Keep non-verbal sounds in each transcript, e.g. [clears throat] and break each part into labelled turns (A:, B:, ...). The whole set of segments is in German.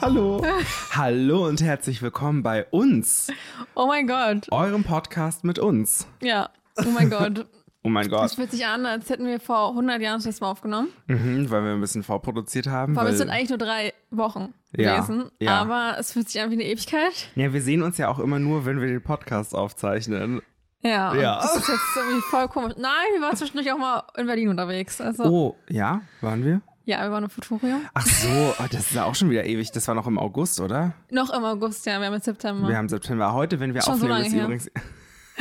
A: Hallo. [laughs] Hallo und herzlich willkommen bei uns,
B: Oh mein Gott.
A: eurem Podcast mit uns.
B: Ja. Oh
A: [laughs]
B: mein Gott.
A: Oh mein
B: Es
A: Gott,
B: fühlt sich an, als hätten wir vor 100 Jahren das letzte Mal aufgenommen.
A: mhm, weil wir ein bisschen vorproduziert haben.
B: Vor allem,
A: weil,
B: es sind eigentlich nur drei Wochen
A: Ja,
B: gewesen.
A: ja.
B: Aber es fühlt sich an wie eine Ewigkeit.
A: ja, wir sehen uns ja auch immer nur, wenn wir den Podcast aufzeichnen.
B: Ja. und
A: Ja.
B: Das ist jetzt irgendwie voll komisch. Nein, wir waren zwischendurch auch mal in Berlin unterwegs. Also,
A: Oh, ja, waren wir?
B: ja, wir waren im Futurium.
A: Ach so, oh, das ist ja auch schon wieder ewig. Das war noch im August, oder?
B: Noch im August, ja. Wir haben jetzt September.
A: Wir haben September. Heute, wenn wir
B: Schon so
A: aufnehmen,
B: lange
A: ist
B: her.
A: übrigens. [laughs]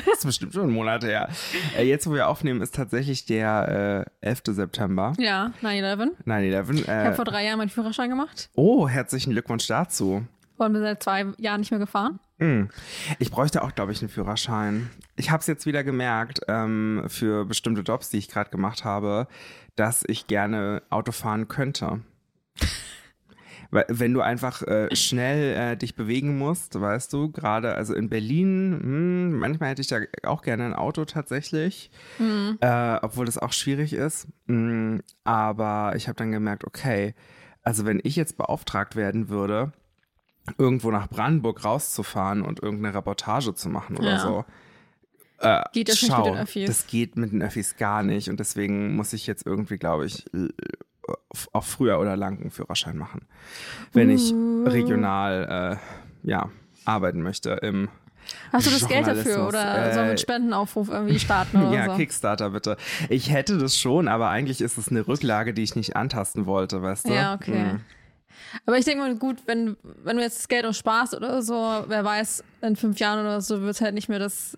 A: Das ist bestimmt schon Monate her. Äh, jetzt, wo wir aufnehmen, ist tatsächlich der äh, 11. September.
B: ja, 9-11. Ich habe
A: 9-11. Äh,
B: vor drei Jahren meinen Führerschein gemacht.
A: oh, herzlichen Glückwunsch dazu.
B: Wurden wir seit zwei Jahren nicht mehr gefahren.
A: Mm. Ich bräuchte auch, glaube ich, einen Führerschein. Ich habe es jetzt wieder gemerkt ähm, für bestimmte Jobs, die ich gerade gemacht habe, dass ich gerne Auto fahren könnte. Weil, wenn du einfach äh, schnell äh, dich bewegen musst, weißt du, gerade also in Berlin, hm, manchmal hätte ich da auch gerne ein Auto tatsächlich, äh, obwohl das auch schwierig ist. Mm, aber ich habe dann gemerkt, okay, also wenn ich jetzt beauftragt werden würde, irgendwo nach Brandenburg rauszufahren und irgendeine Reportage zu machen oder
B: Ja.
A: so.
B: Geht das
A: Schau,
B: nicht mit den Öffis?
A: das geht mit den Öffis gar nicht und deswegen muss ich jetzt irgendwie, glaube ich, l- f- auch früher oder lang einen Führerschein machen, wenn ich
B: Uh.
A: regional äh, ja, arbeiten möchte im
B: Hast du das Geld dafür
A: Journalismus,
B: oder so
A: äh,
B: mit Spendenaufruf
A: [laughs]
B: irgendwie starten oder
A: ja,
B: so?
A: Kickstarter bitte. Ich hätte das schon, aber eigentlich ist es eine Rücklage, die ich nicht antasten wollte, weißt du?
B: Ja, okay.
A: Mm.
B: Aber ich denke mal, gut, wenn, wenn du jetzt das Geld auch sparst oder so, wer weiß, in fünf Jahren oder so wird es halt nicht mehr das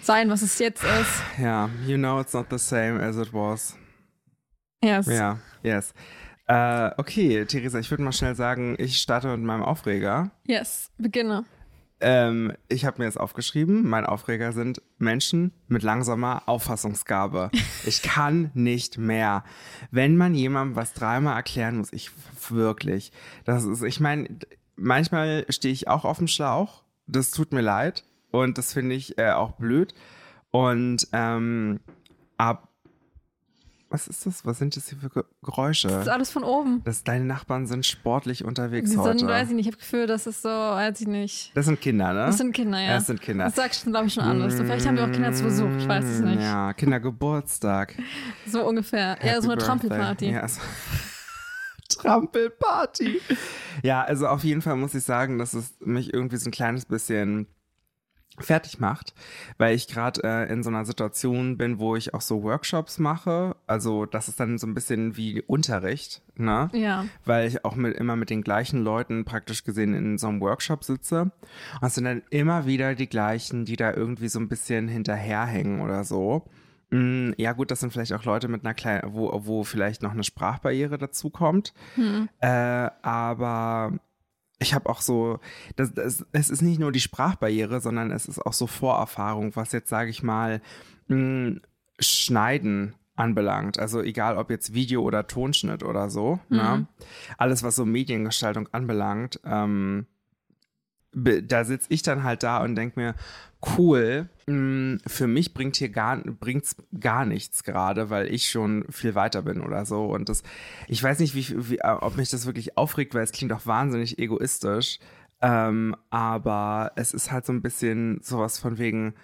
B: sein, was es jetzt ist.
A: Ja, you know it's not the same as it was.
B: Yes.
A: Ja, yes. Äh, okay, Theresa, ich würde mal schnell sagen, ich starte mit meinem Aufreger.
B: Yes, beginne.
A: Ähm, ich habe mir jetzt aufgeschrieben, mein Aufreger sind Menschen mit langsamer
B: [laughs]
A: Auffassungsgabe. Ich kann nicht mehr. Wenn man jemandem was dreimal erklären muss, ich wirklich, das ist, ich meine, manchmal stehe ich auch auf dem Schlauch, das tut mir leid und das finde ich äh, auch blöd. Und ähm, ab, was ist das? Was sind das hier für Ge-
B: Das ist
A: Geräusche?
B: alles von oben.
A: Das, deine Nachbarn sind sportlich
B: Die
A: unterwegs
B: sind, weiß
A: heute.
B: ich nicht, ich habe das Gefühl, das ist so, weiß ich nicht.
A: Das sind Kinder, ne?
B: Das sind Kinder, ja.
A: Das sind Kinder.
B: Das sagt schon, glaube ich, schon alles. Vielleicht haben wir auch Kinder zu Besuch, ich weiß es nicht.
A: Mm, Ja, Kindergeburtstag.
B: So ungefähr. Eher so eine
A: Happy
B: Trampelparty.
A: Birthday. Ja, so- [laughs] Trampelparty. Ja, also auf jeden Fall muss ich sagen, dass es mich irgendwie so ein kleines bisschen fertig macht, weil ich gerade äh, in so einer Situation bin, wo ich auch so Workshops mache. Also das ist dann so ein bisschen wie Unterricht, ne?
B: Ja.
A: weil ich auch mit, immer mit den gleichen Leuten praktisch gesehen in so einem Workshop sitze. Und es sind dann immer wieder die gleichen, die da irgendwie so ein bisschen hinterherhängen oder so. Mm, Ja gut, das sind vielleicht auch Leute mit einer kleinen, wo, wo vielleicht noch eine Sprachbarriere dazu kommt. Äh, aber ich habe auch so, das, das, es ist nicht nur die Sprachbarriere, sondern es ist auch so Vorerfahrung, was jetzt, sage ich mal, mh, Schneiden anbelangt. Also egal, ob jetzt Video oder Tonschnitt oder so. Ne? Alles, was so Mediengestaltung anbelangt, ähm, be- da sitze ich dann halt da und denke mir, cool, mh, für mich bringt hier gar, bringt's gar nichts gerade, weil ich schon viel weiter bin oder so. Und das, ich weiß nicht, wie, wie, äh, ob mich das wirklich aufregt, weil es klingt auch wahnsinnig egoistisch. Ähm, aber es ist halt so ein bisschen sowas von wegen,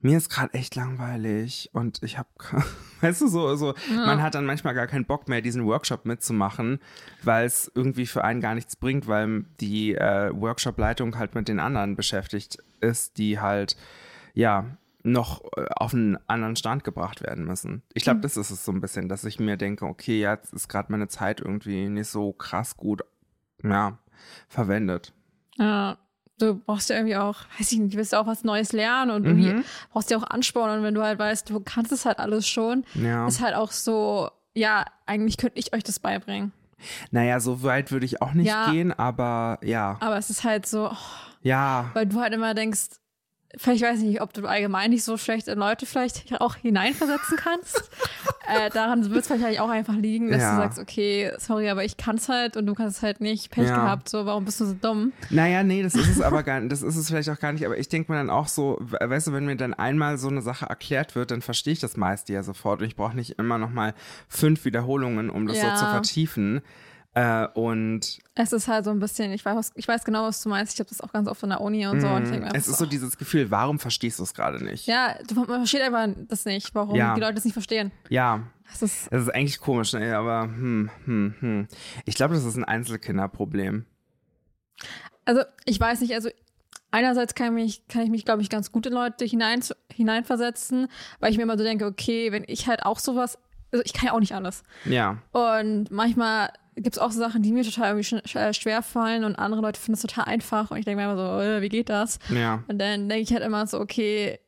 A: mir ist gerade echt langweilig und ich habe, [laughs] weißt du, so, so man hat dann manchmal gar keinen Bock mehr, diesen Workshop mitzumachen, weil es irgendwie für einen gar nichts bringt, weil die äh, Workshop-Leitung halt mit den anderen beschäftigt ist, die halt, ja, noch äh, auf einen anderen Stand gebracht werden müssen. Ich glaube, das ist es so ein bisschen, dass ich mir denke, okay, ja, jetzt ist gerade meine Zeit irgendwie nicht so krass gut, ja, verwendet.
B: Ja, du brauchst ja irgendwie auch, weiß ich nicht, du willst ja auch was Neues lernen
A: Mhm.
B: und irgendwie brauchst ja auch Ansporn. Und wenn du halt weißt, du kannst es halt alles schon,
A: Ja.
B: ist halt auch so, ja, eigentlich könnte ich euch das beibringen.
A: Naja, so weit würde ich auch nicht
B: Ja.
A: gehen, aber ja.
B: Aber es ist halt so, oh,
A: Ja.
B: weil du halt immer denkst, vielleicht weiß ich nicht, ob du allgemein nicht so schlecht in Leute vielleicht auch
A: [laughs]
B: hineinversetzen kannst. äh, daran wird es wahrscheinlich auch einfach liegen, dass
A: Ja.
B: du sagst, okay, sorry, aber ich kann es halt und du kannst es halt nicht. Pech
A: Ja.
B: gehabt, so, warum bist du so dumm?
A: Naja, nee, das ist es aber gar nicht. Das ist es vielleicht auch gar nicht. Aber ich denke mir dann auch so, we- weißt du, wenn mir dann einmal so eine Sache erklärt wird, dann verstehe ich das meiste ja sofort. Und ich brauche nicht immer nochmal fünf Wiederholungen, um das
B: Ja.
A: so zu vertiefen. Äh, und
B: Es ist halt so ein bisschen, ich weiß, ich weiß genau, was du meinst. Ich habe das auch ganz oft in der Uni und so. Und ich denk mir
A: Hm,
B: einfach
A: Mm, es ist so dieses Gefühl, warum verstehst du es gerade nicht?
B: ja, du- man versteht einfach das nicht, warum
A: Ja.
B: die Leute das nicht verstehen.
A: ja.
B: Das ist,
A: Das ist eigentlich komisch, ne? aber hm, hm, hm. Ich glaube, das ist ein Einzelkinderproblem.
B: also ich weiß nicht, also einerseits kann ich mich, kann ich mich glaube ich, ganz gut in Leute hinein, hineinversetzen, weil ich mir immer so denke, okay, wenn ich halt auch sowas, also ich kann ja auch nicht anders.
A: Ja,
B: Und manchmal gibt es auch so Sachen, die mir total irgendwie sch sch- äh, schwer fallen und andere Leute finden es total einfach. Und ich denke mir immer so, äh, wie geht das?
A: ja,
B: Und dann denke ich halt immer so, okay,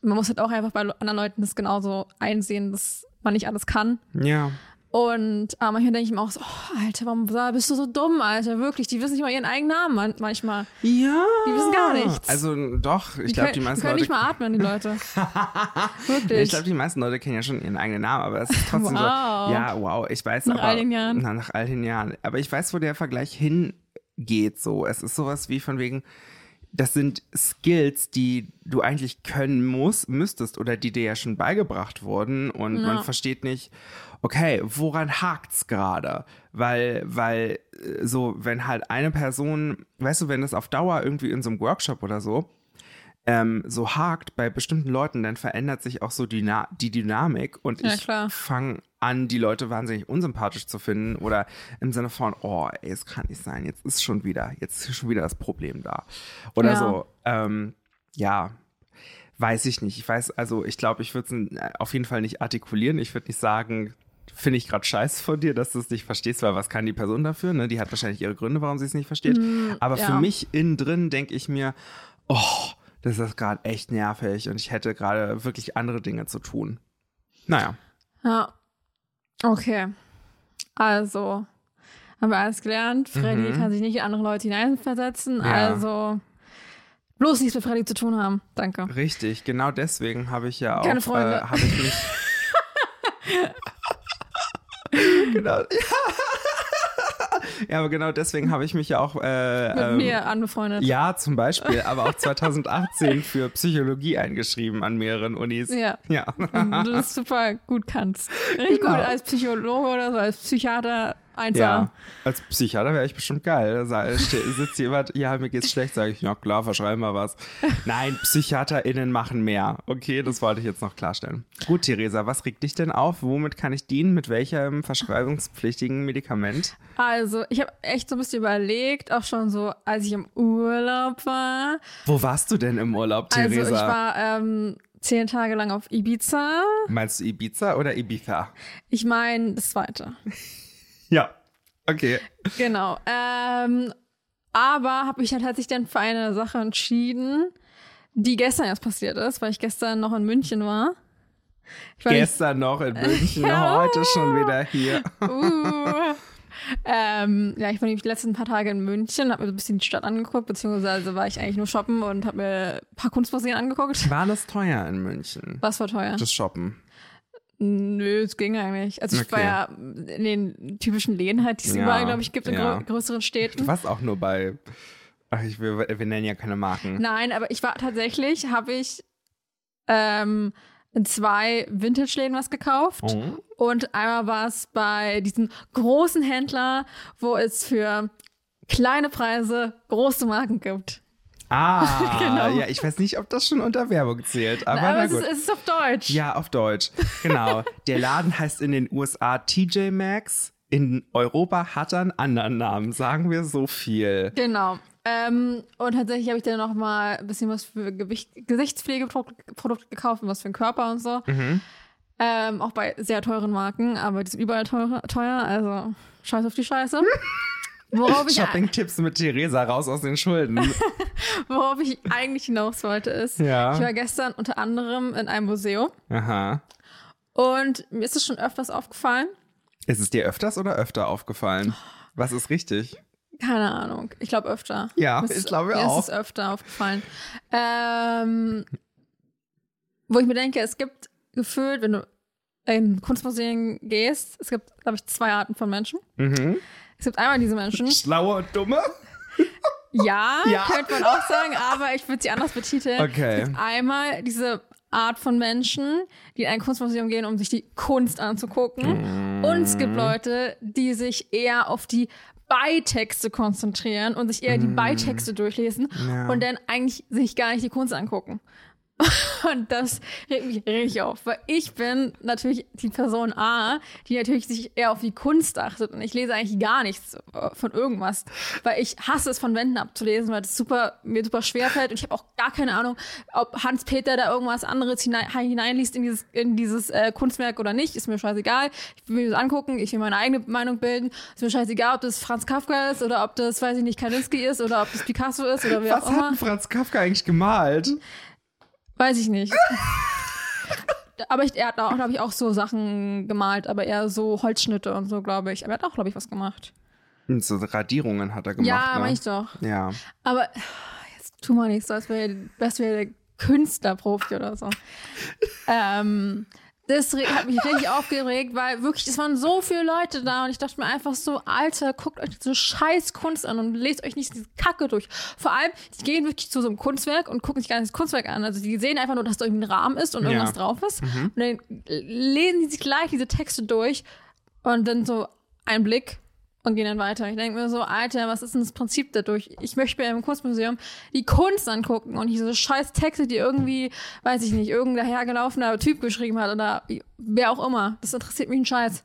B: man muss halt auch einfach bei anderen Leuten das genauso einsehen, dass man nicht alles kann.
A: ja.
B: Und äh, manchmal denke ich mir auch so, oh, Alter, warum bist du so dumm, Alter? Wirklich, die wissen nicht mal ihren eigenen Namen man- manchmal.
A: Ja.
B: Die wissen gar nichts.
A: Also doch, ich
B: Die
A: glaube,
B: können,
A: die meisten
B: können
A: Leute.
B: nicht mal atmen,
A: [laughs]
B: die Leute.
A: Ja,
B: Wirklich.
A: ich glaube, die meisten Leute kennen ja schon ihren eigenen Namen, aber es ist trotzdem
B: Wow.
A: so. Ja, wow. Ich weiß
B: Nach
A: aber,
B: all den Jahren.
A: Na, nach all den Jahren. Aber ich weiß, wo der Vergleich hingeht. So, es ist sowas wie von wegen. Das sind Skills, die du eigentlich können musst, müsstest oder die dir ja schon beigebracht wurden und
B: Ja.
A: man versteht nicht, okay, woran hakt's gerade? Weil, weil äh, so, wenn halt eine Person, weißt du, wenn das auf Dauer irgendwie in so einem Workshop oder so, ähm, so hakt bei bestimmten Leuten, dann verändert sich auch so Dyna die Dynamik und
B: Ja,
A: ich
B: klar.
A: fange an, die Leute wahnsinnig unsympathisch zu finden oder im Sinne von, oh, ey, es kann nicht sein, jetzt ist schon wieder, jetzt ist schon wieder das Problem da oder
B: Ja.
A: so. Ähm, ja, weiß ich nicht. Ich weiß, also ich glaube, ich würde es auf jeden Fall nicht artikulieren. Ich würde nicht sagen, finde ich gerade scheiße von dir, dass du es nicht verstehst, weil was kann die Person dafür? Ne? Die hat wahrscheinlich ihre Gründe, warum sie es nicht versteht. Aber für
B: Mm, ja.
A: mich innen drin denke ich mir, oh, das ist gerade echt nervig und ich hätte gerade wirklich andere Dinge zu tun. Naja,
B: Ja. Okay. Also, haben wir alles gelernt.
A: Mhm.
B: Freddy kann sich nicht in andere Leute hineinversetzen.
A: Ja.
B: Also, bloß nichts mit Freddy zu tun haben. Danke.
A: richtig. Genau deswegen habe ich ja auch,
B: Keine
A: äh,
B: Freunde.
A: habe
B: [laughs]
A: ich mich. genau. ja, aber genau deswegen habe ich mich ja auch äh,
B: Mit
A: ähm,
B: mir anbefreundet.
A: Ja, zum Beispiel, aber
B: [laughs]
A: auch 2018 für Psychologie eingeschrieben an mehreren Unis. [laughs]
B: Ja.
A: Ja.
B: Wenn Du das super gut kannst. Richtig
A: Genau.
B: gut als Psychologe oder so, als Psychiater. Einser.
A: Ja. Als Psychiater wäre ich bestimmt geil. Da sa- ste- sitzt jemand, ja, mir geht's schlecht, sage ich, ja klar, verschreiben wir was. Nein, PsychiaterInnen machen mehr. Okay, das wollte ich jetzt noch klarstellen. Gut, Theresa, was regt dich denn auf? Womit kann ich dienen? Mit welchem verschreibungspflichtigen Medikament?
B: Also, ich habe echt so ein bisschen überlegt, auch schon so, als ich im Urlaub war.
A: Wo warst du denn im Urlaub, Theresa?
B: Also, ich war ähm, zehn Tage lang auf Ibiza.
A: Meinst du Ibiza oder Ibiza?
B: Ich meine, das zweite.
A: Ja. Okay.
B: Genau. Ähm, aber habe mich halt hat sich dann für eine Sache entschieden, die gestern erst passiert ist, weil ich gestern noch in München war. Ich war nicht, [laughs]
A: Gestern noch in München, heute schon wieder hier.
B: uh, ähm, ja, ich war nämlich die letzten paar Tage in München, habe mir so ein bisschen die Stadt angeguckt, beziehungsweise war ich eigentlich nur shoppen und habe mir ein paar Kunstmuseen angeguckt.
A: War das teuer in München?
B: Was war teuer?
A: Das Shoppen.
B: Nö, es ging eigentlich. Also ich
A: Okay.
B: war ja in den typischen Läden halt, die es
A: Ja,
B: überall, glaube ich, gibt in
A: ja.
B: grö größeren Städten.
A: Du warst auch nur bei. Ach, ich will, wir nennen ja keine Marken.
B: Nein, aber ich war tatsächlich, habe ich ähm, in zwei Vintage-Läden was gekauft.
A: Oh.
B: Und einmal war es bei diesem großen Händler, wo es für kleine Preise große Marken gibt.
A: Ah,
B: [laughs] Genau.
A: ja, ich weiß nicht, ob das schon unter Werbung zählt, aber,
B: Aber
A: na
B: es
A: gut.
B: ist, es ist auf Deutsch.
A: ja, auf Deutsch. Genau. Der Laden heißt in den USA TJ Maxx. In Europa hat er einen anderen Namen, sagen wir so viel.
B: Genau. Ähm, und tatsächlich habe ich dann noch mal ein bisschen was für Gewicht, Gesichtspflegeprodukte gekauft und was für den Körper und so. Ähm, auch bei sehr teuren Marken, aber die sind überall teuer, teuer also scheiß auf die Scheiße. Worauf ich,
A: Shopping-Tipps mit Theresa raus aus den
B: [laughs]
A: Schulden.
B: worauf ich eigentlich hinaus wollte, ist,
A: Ja.
B: ich war gestern unter anderem in einem Museum
A: Aha.
B: und mir ist es schon öfters aufgefallen.
A: Ist es dir öfters oder öfter aufgefallen? Was ist richtig?
B: Keine Ahnung, ich glaube öfter.
A: Ja,
B: Mir
A: ich
B: ist-
A: glaube
B: mir
A: auch.
B: Ist es öfter aufgefallen. Ähm, wo ich mir denke, es gibt gefühlt, wenn du in Kunstmuseen gehst, es gibt, glaube ich, zwei Arten von Menschen.
A: Mhm.
B: Es gibt einmal diese Menschen,
A: Schlaue und dumme?
B: Ja,
A: Ja.
B: könnte man auch sagen, aber ich würde sie anders betiteln.
A: Okay.
B: Es gibt einmal diese Art von Menschen, die in ein Kunstmuseum gehen, um sich die Kunst anzugucken. Und es
A: Mhm.
B: gibt Leute, die sich eher auf die Beitexte konzentrieren und sich eher die Beitexte durchlesen
A: Mhm. Ja.
B: und dann eigentlich sich gar nicht die Kunst angucken. Und das regt mich richtig auf, weil ich bin natürlich die Person A, die natürlich sich eher auf die Kunst achtet und ich lese eigentlich gar nichts äh, von irgendwas, weil ich hasse es von Wänden abzulesen, weil das super, mir super schwer fällt und ich habe auch gar keine Ahnung, ob Hans-Peter da irgendwas anderes hinein, hineinliest in dieses, in dieses äh, Kunstwerk oder nicht, ist mir scheißegal. Ich will mir das angucken, ich will meine eigene Meinung bilden, ist mir scheißegal, ob das Franz Kafka ist oder ob das, weiß ich nicht, Kandinsky ist oder ob das Picasso ist oder wer
A: Was
B: auch immer.
A: hat denn Franz Kafka eigentlich gemalt?
B: Weiß ich nicht. [laughs] aber ich, er hat auch, glaube ich, auch so Sachen gemalt, aber eher so Holzschnitte und so, glaube ich. Aber er hat auch, glaube ich, was gemacht.
A: Und Hm, So Radierungen hat er gemacht.
B: ja,
A: ne?
B: meine ich doch.
A: Ja.
B: Aber jetzt tu mal nicht so, als wäre als wär der Künstlerprofi oder so. ähm, das re- hat mich richtig aufgeregt, weil wirklich, es waren so viele Leute da und ich dachte mir einfach so, Alter, guckt euch diese scheiß Kunst an und lest euch nicht diese Kacke durch. Vor allem, die gehen wirklich zu so einem Kunstwerk und gucken sich gar nicht das Kunstwerk an. Also die sehen einfach nur, dass da irgendein Rahmen ist und
A: Ja.
B: irgendwas drauf ist. Und dann lesen die sich gleich diese Texte durch und dann so ein Blick und gehen dann weiter. Ich denke mir so, Alter, was ist denn das Prinzip dadurch? Ich möchte mir im Kunstmuseum die Kunst angucken und diese scheiß Texte, die irgendwie, weiß ich nicht, irgendein dahergelaufener Typ geschrieben hat oder wer auch immer. Das interessiert mich ein Scheiß.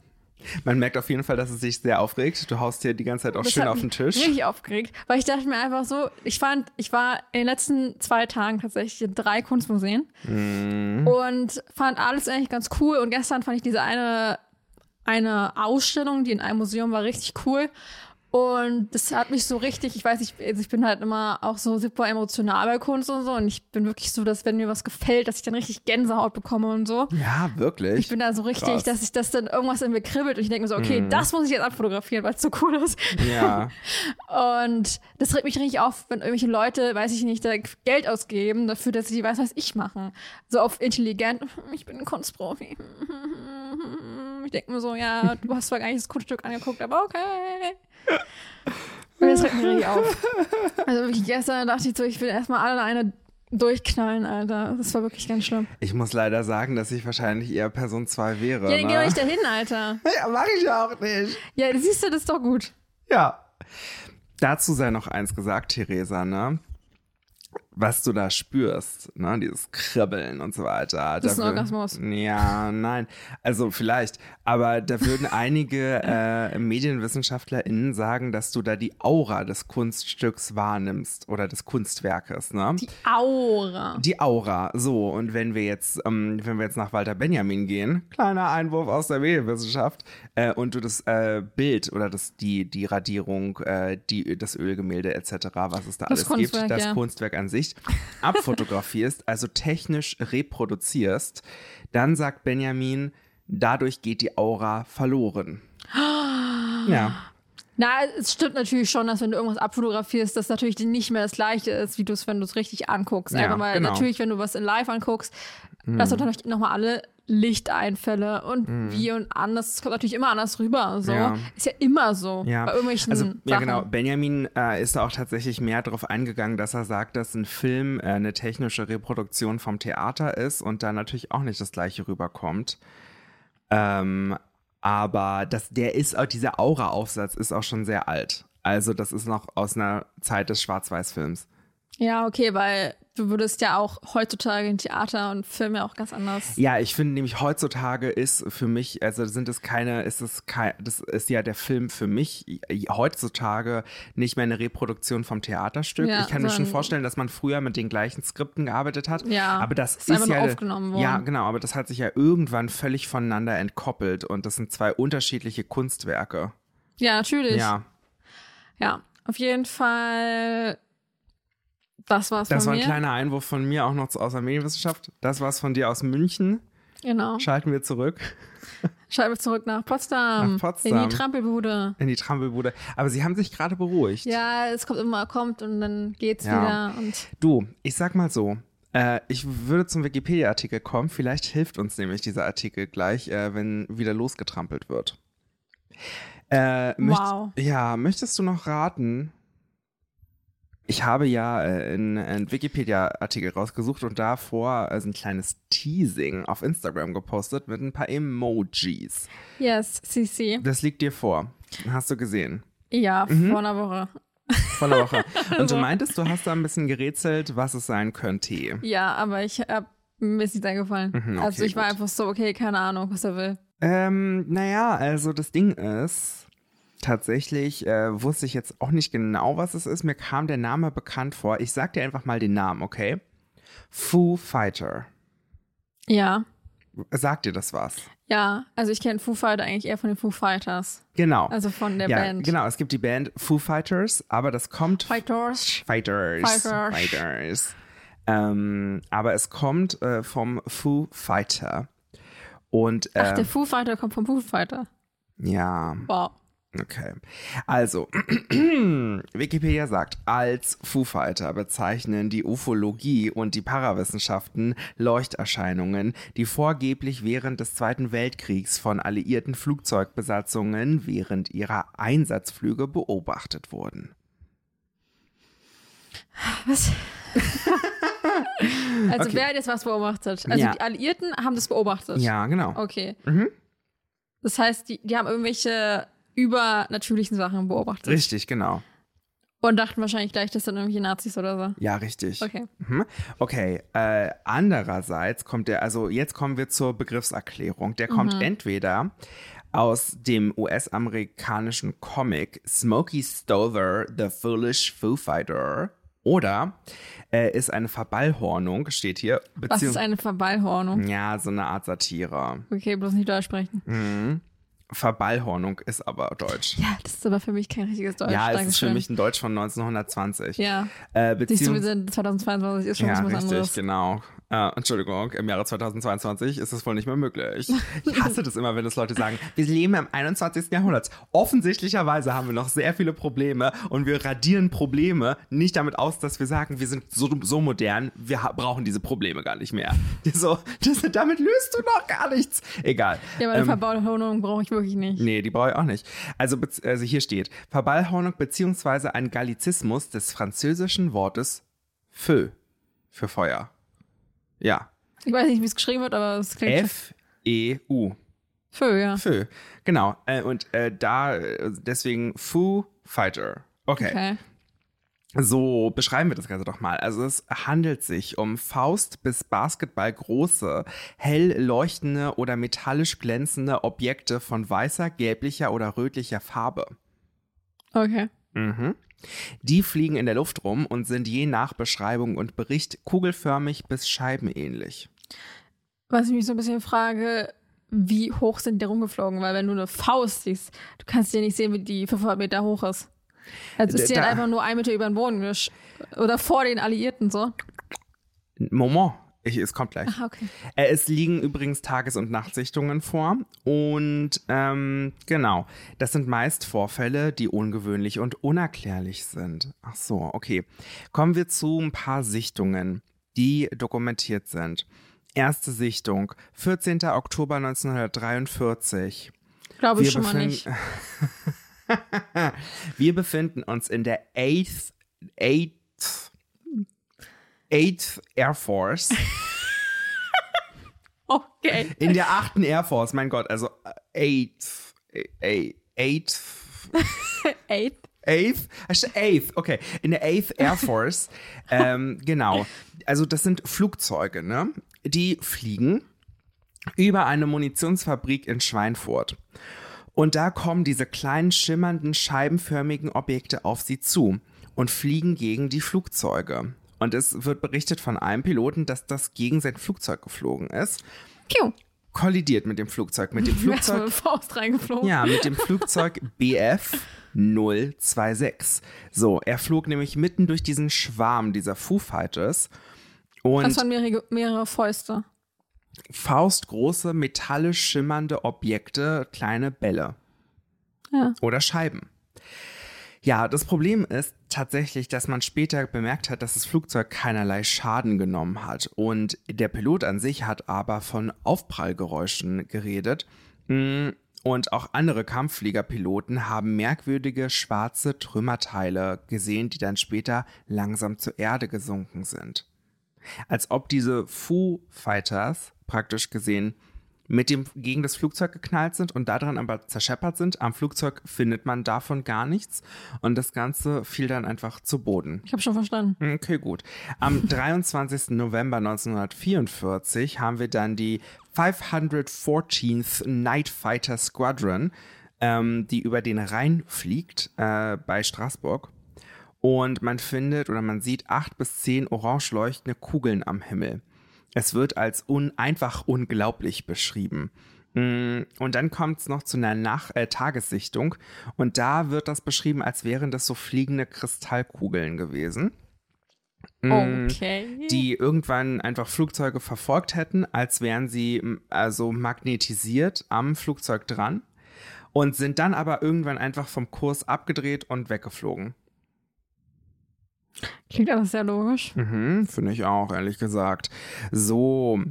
A: Man merkt auf jeden Fall, dass es sich sehr aufregt. Du haust hier die ganze Zeit auch
B: Das
A: schön
B: hat
A: auf den
B: mich
A: Tisch.
B: Richtig aufgeregt, weil ich dachte mir einfach so, ich fand, ich war in den letzten zwei Tagen tatsächlich in drei Kunstmuseen
A: Mhm.
B: und fand alles eigentlich ganz cool. Und gestern fand ich diese eine, eine Ausstellung, die in einem Museum war, richtig cool. Und das hat mich so richtig, ich weiß nicht, also ich bin halt immer auch so super emotional bei Kunst und so. Und ich bin wirklich so, dass wenn mir was gefällt, dass ich dann richtig Gänsehaut bekomme und so.
A: Ja, wirklich.
B: Ich bin da so richtig,
A: Krass. Mhm.
B: dass ich das dann irgendwas in mir kribbelt und ich denke mir so, okay, das muss ich jetzt abfotografieren, weil es so cool ist.
A: ja.
B: Und das regt mich richtig auf, wenn irgendwelche Leute, weiß ich nicht, da Geld ausgeben dafür, dass sie weiß, was ich machen. So auf intelligent, [laughs] ich bin ein Kunstprofi. [laughs] Ich denke mir so, ja, du hast zwar gar nicht das Kunststück angeguckt, aber okay. Und das regt mich richtig auf. Also wirklich gestern dachte ich so, ich will erstmal alle eine durchknallen, Alter. Das war wirklich ganz schlimm.
A: Ich muss leider sagen, dass ich wahrscheinlich eher Person 2 wäre.
B: Ja, dann
A: ne?
B: geh mal nicht dahin, Alter.
A: [laughs] ja mach ich auch nicht.
B: Ja, siehst du, das ist doch gut.
A: Ja. Dazu sei noch eins gesagt, Theresa, ne? Was du da spürst, ne? Dieses Kribbeln und so weiter.
B: Das ist ein
A: Da wür-
B: Orgasmus.
A: Ja, nein. Also vielleicht. Aber da würden einige äh, MedienwissenschaftlerInnen sagen, dass du da die Aura des Kunststücks wahrnimmst oder des Kunstwerkes, ne?
B: Die Aura.
A: Die Aura, so. Und wenn wir jetzt, ähm, wenn wir jetzt nach Walter Benjamin gehen, kleiner Einwurf aus der Medienwissenschaft, äh, und du das äh, Bild oder das, die, die Radierung, äh, die, das Ölgemälde etc., was es da alles
B: Das
A: gibt,
B: Kunstwerk,
A: das
B: ja.
A: Kunstwerk an sich,
B: [laughs]
A: abfotografierst, also technisch reproduzierst, dann sagt Benjamin, dadurch geht die Aura verloren.
B: [gasps]
A: ja.
B: Na, es stimmt natürlich schon, dass wenn du irgendwas abfotografierst, das natürlich nicht mehr das gleiche ist, wie du es, wenn du es richtig anguckst.
A: Ja,
B: Einfach weil
A: genau. Hm.
B: natürlich, wenn du was in live anguckst, das sind natürlich nochmal alle Lichteinfälle und wie und anders. Es kommt natürlich immer anders rüber. So.
A: Ja.
B: Ist ja immer so.
A: Ja.
B: Bei irgendwelchen
A: also,
B: Sachen.
A: ja, genau. Benjamin äh, ist da auch tatsächlich mehr darauf eingegangen, dass er sagt, dass ein Film äh, eine technische Reproduktion vom Theater ist und da natürlich auch nicht das gleiche rüberkommt. Ähm, aber das, der ist auch, dieser Aura-Aufsatz ist auch schon sehr alt. Also, das ist noch aus einer Zeit des Schwarz-Weiß-Films.
B: Ja, okay, weil du würdest ja auch heutzutage in Theater und Film ja auch ganz anders.
A: Ja, ich finde nämlich heutzutage ist für mich, also sind es keine, ist es kein, das ist ja der Film für mich i- heutzutage nicht mehr eine Reproduktion vom Theaterstück.
B: Ja,
A: ich kann mir schon
B: sondern-
A: vorstellen, dass man früher mit den gleichen Skripten gearbeitet hat.
B: Ja,
A: aber das ist,
B: ist einfach
A: ja
B: nur aufgenommen worden.
A: ja genau, aber das hat sich ja irgendwann völlig voneinander entkoppelt und das sind zwei unterschiedliche Kunstwerke.
B: Ja, natürlich.
A: ja,
B: Ja, auf jeden Fall. Das war's
A: das
B: von
A: war ein
B: mir.
A: kleiner Einwurf von mir auch noch zu- aus der Medienwissenschaft. Das war's von dir aus München.
B: genau.
A: Schalten wir zurück.
B: Schalten wir zurück nach Potsdam.
A: Nach Potsdam.
B: In die Trampelbude.
A: In die Trampelbude. Aber sie haben sich gerade beruhigt.
B: Ja, es kommt immer, kommt und dann geht's
A: Ja.
B: wieder. Und
A: Du, ich sag mal so. Äh, ich würde zum Wikipedia-Artikel kommen. Vielleicht hilft uns nämlich dieser Artikel gleich, äh, wenn wieder losgetrampelt wird. Äh, möcht-
B: Wow.
A: Ja, möchtest du noch raten? Ich habe ja einen, einen Wikipedia-Artikel rausgesucht und davor also ein kleines Teasing auf Instagram gepostet mit ein paar Emojis.
B: Yes, CC.
A: Das liegt dir vor. Hast du gesehen?
B: Ja,
A: Mhm.
B: vor einer Woche.
A: Vor einer Woche. Und du meintest, du hast da ein bisschen gerätselt, was es sein könnte.
B: Ja, aber ich hab, mir ist nichts eingefallen.
A: Mhm,
B: also
A: okay,
B: ich war
A: gut.
B: einfach so, okay, keine Ahnung, was er will.
A: Ähm, naja, also das Ding ist, tatsächlich äh, wusste ich jetzt auch nicht genau, was es ist. Mir kam der Name bekannt vor. Ich sag dir einfach mal den Namen, okay? Foo Fighter.
B: Ja,
A: Sagt dir das was?
B: ja. Also ich kenne Foo Fighter eigentlich eher von den Foo Fighters.
A: Genau.
B: Also von der
A: ja,
B: Band.
A: genau. Es gibt die Band Foo Fighters, aber das kommt
B: Fighters.
A: Fighters.
B: Fighters.
A: Fighters. Ähm, aber es kommt äh, vom Foo Fighter. Und
B: Ach,
A: äh,
B: der Foo Fighter kommt vom Foo Fighter.
A: ja,
B: Wow.
A: Okay. Also, [clears throat] Wikipedia sagt, als Foo Fighter bezeichnen die Ufologie und die Parawissenschaften Leuchterscheinungen, die vorgeblich während des Zweiten Weltkriegs von alliierten Flugzeugbesatzungen während ihrer Einsatzflüge beobachtet wurden.
B: Was?
A: [laughs]
B: also
A: Okay.
B: wer hat jetzt was beobachtet? Also
A: Ja.
B: die Alliierten haben das beobachtet.
A: Ja, genau.
B: Okay.
A: Mhm.
B: Das heißt, die, die haben irgendwelche übernatürlichen Sachen beobachtet.
A: Richtig, genau.
B: Und dachten wahrscheinlich gleich, das sind irgendwelche Nazis oder so.
A: Ja, richtig.
B: Okay.
A: Mhm. Okay, äh, andererseits kommt der, also jetzt kommen wir zur Begriffserklärung. Der kommt
B: Mhm.
A: entweder aus dem US-amerikanischen Comic Smokey Stover, The Foolish Foo Fighter, oder äh, ist eine Verballhornung, steht hier,
B: Was ist
A: beziehungsweise.
B: eine Verballhornung?
A: Ja, so eine Art Satire.
B: Okay, bloß nicht Deutsch sprechen.
A: Verballhornung ist aber Deutsch.
B: Ja, das ist aber für mich kein richtiges Deutsch.
A: Ja, es ist
B: Dankeschön.
A: für mich ein Deutsch von 1920.
B: Ja.
A: Äh,
B: Siehst du,
A: beziehungs-
B: wir sind 2022, ist schon
A: Ja,
B: was
A: richtig,
B: anderes.
A: genau. Äh, Entschuldigung, im Jahre 2022 ist das wohl nicht mehr möglich. Ich hasse das immer, wenn das Leute
B: [laughs]
A: sagen, wir leben im 21. Jahrhundert. Offensichtlicherweise haben wir noch sehr viele Probleme und wir radieren Probleme nicht damit aus, dass wir sagen, wir sind so, so modern, wir ha- brauchen diese Probleme gar nicht mehr. [laughs] So, das, damit löst du noch gar nichts. Egal.
B: Ja, aber eine Verballhornung brauche ich
A: Ähm,
B: wirklich nicht.
A: Nee, die brauche ich auch nicht. Also, bez- also hier steht, Verballhornung beziehungsweise ein Gallizismus des französischen Wortes Feu für Feuer. Ja,
B: Ich weiß nicht, wie es geschrieben wird, aber es klingt
A: F-E-U.
B: Fö, ja.
A: Feu. Genau. Äh, und äh, da, äh, deswegen Foo Fighter. Okay.
B: Okay.
A: So beschreiben wir das Ganze doch mal. Also es handelt sich um Faust bis Basketball große, hell leuchtende oder metallisch glänzende Objekte von weißer, gelblicher oder rötlicher Farbe.
B: Okay.
A: Mhm. Die fliegen in der Luft rum und sind je nach Beschreibung und Bericht kugelförmig bis scheibenähnlich.
B: Was ich mich so ein bisschen frage, wie hoch sind die rumgeflogen? Weil wenn du eine Faust siehst, du kannst ja nicht sehen, wie die 500 Meter hoch ist. Also ist die
A: Äh, Da-
B: dann einfach nur ein Meter über den Boden gesch oder vor den Alliierten so.
A: Moment, ich, es kommt gleich.
B: Ah, okay.
A: Äh, es liegen übrigens Tages- und Nachtsichtungen vor. Und ähm, genau, das sind meist Vorfälle, die ungewöhnlich und unerklärlich sind. Ach so, okay. Kommen wir zu ein paar Sichtungen, die dokumentiert sind. Erste Sichtung, 14. Oktober 1943.
B: Glaube ich
A: Wir
B: schon mal nicht.
A: befinden- [laughs] Wir befinden uns in der 8th, 8th, 8th Air Force.
B: Okay.
A: In der 8. Air Force, mein Gott, also 8th, 8th,
B: Eight.
A: 8th, also 8th, okay, in der 8th Air Force. ähm, genau, also das sind Flugzeuge, ne? Die fliegen über eine Munitionsfabrik in Schweinfurt. Und da kommen diese kleinen schimmernden scheibenförmigen Objekte auf sie zu und fliegen gegen die Flugzeuge. Und es wird berichtet von einem Piloten, dass das gegen sein Flugzeug geflogen ist,
B: Piu.
A: kollidiert mit dem Flugzeug.
B: [laughs]
A: Mit dem
B: Erstmal
A: Flugzeug
B: mit der Faust reingeflogen.
A: ja, mit dem Flugzeug BF 026. So, er flog nämlich mitten durch diesen Schwarm dieser Foo Fighters
B: Das
A: und
B: waren mehrere, mehrere Fäuste.
A: faustgroße, metallisch schimmernde Objekte, kleine Bälle
B: Ja.
A: oder Scheiben. Ja, das Problem ist tatsächlich, dass man später bemerkt hat, dass das Flugzeug keinerlei Schaden genommen hat. Und der Pilot an sich hat aber von Aufprallgeräuschen geredet. Mm, und auch andere Kampffliegerpiloten haben merkwürdige schwarze Trümmerteile gesehen, die dann später langsam zur Erde gesunken sind. Als ob diese Foo Fighters praktisch gesehen mit dem gegen das Flugzeug geknallt sind und daran aber zerscheppert sind. Am Flugzeug findet man davon gar nichts und das Ganze fiel dann einfach zu Boden.
B: Ich habe schon verstanden.
A: Okay, gut. Am 23. November 1944 haben wir dann die 514th Night Fighter Squadron, ähm, die über den Rhein fliegt äh, bei Straßburg. Und man findet oder man sieht acht bis zehn orange leuchtende Kugeln am Himmel. Es wird als un einfach unglaublich beschrieben. Mm, Und dann kommt es noch zu einer Nach äh, Tagessichtung und da wird das beschrieben, als wären das so fliegende Kristallkugeln gewesen. Mm,
B: Okay.
A: die irgendwann einfach Flugzeuge verfolgt hätten, als wären sie m, also magnetisiert am Flugzeug dran und sind dann aber irgendwann einfach vom Kurs abgedreht und weggeflogen.
B: Klingt alles sehr logisch.
A: Mhm, Finde ich auch, ehrlich gesagt. So,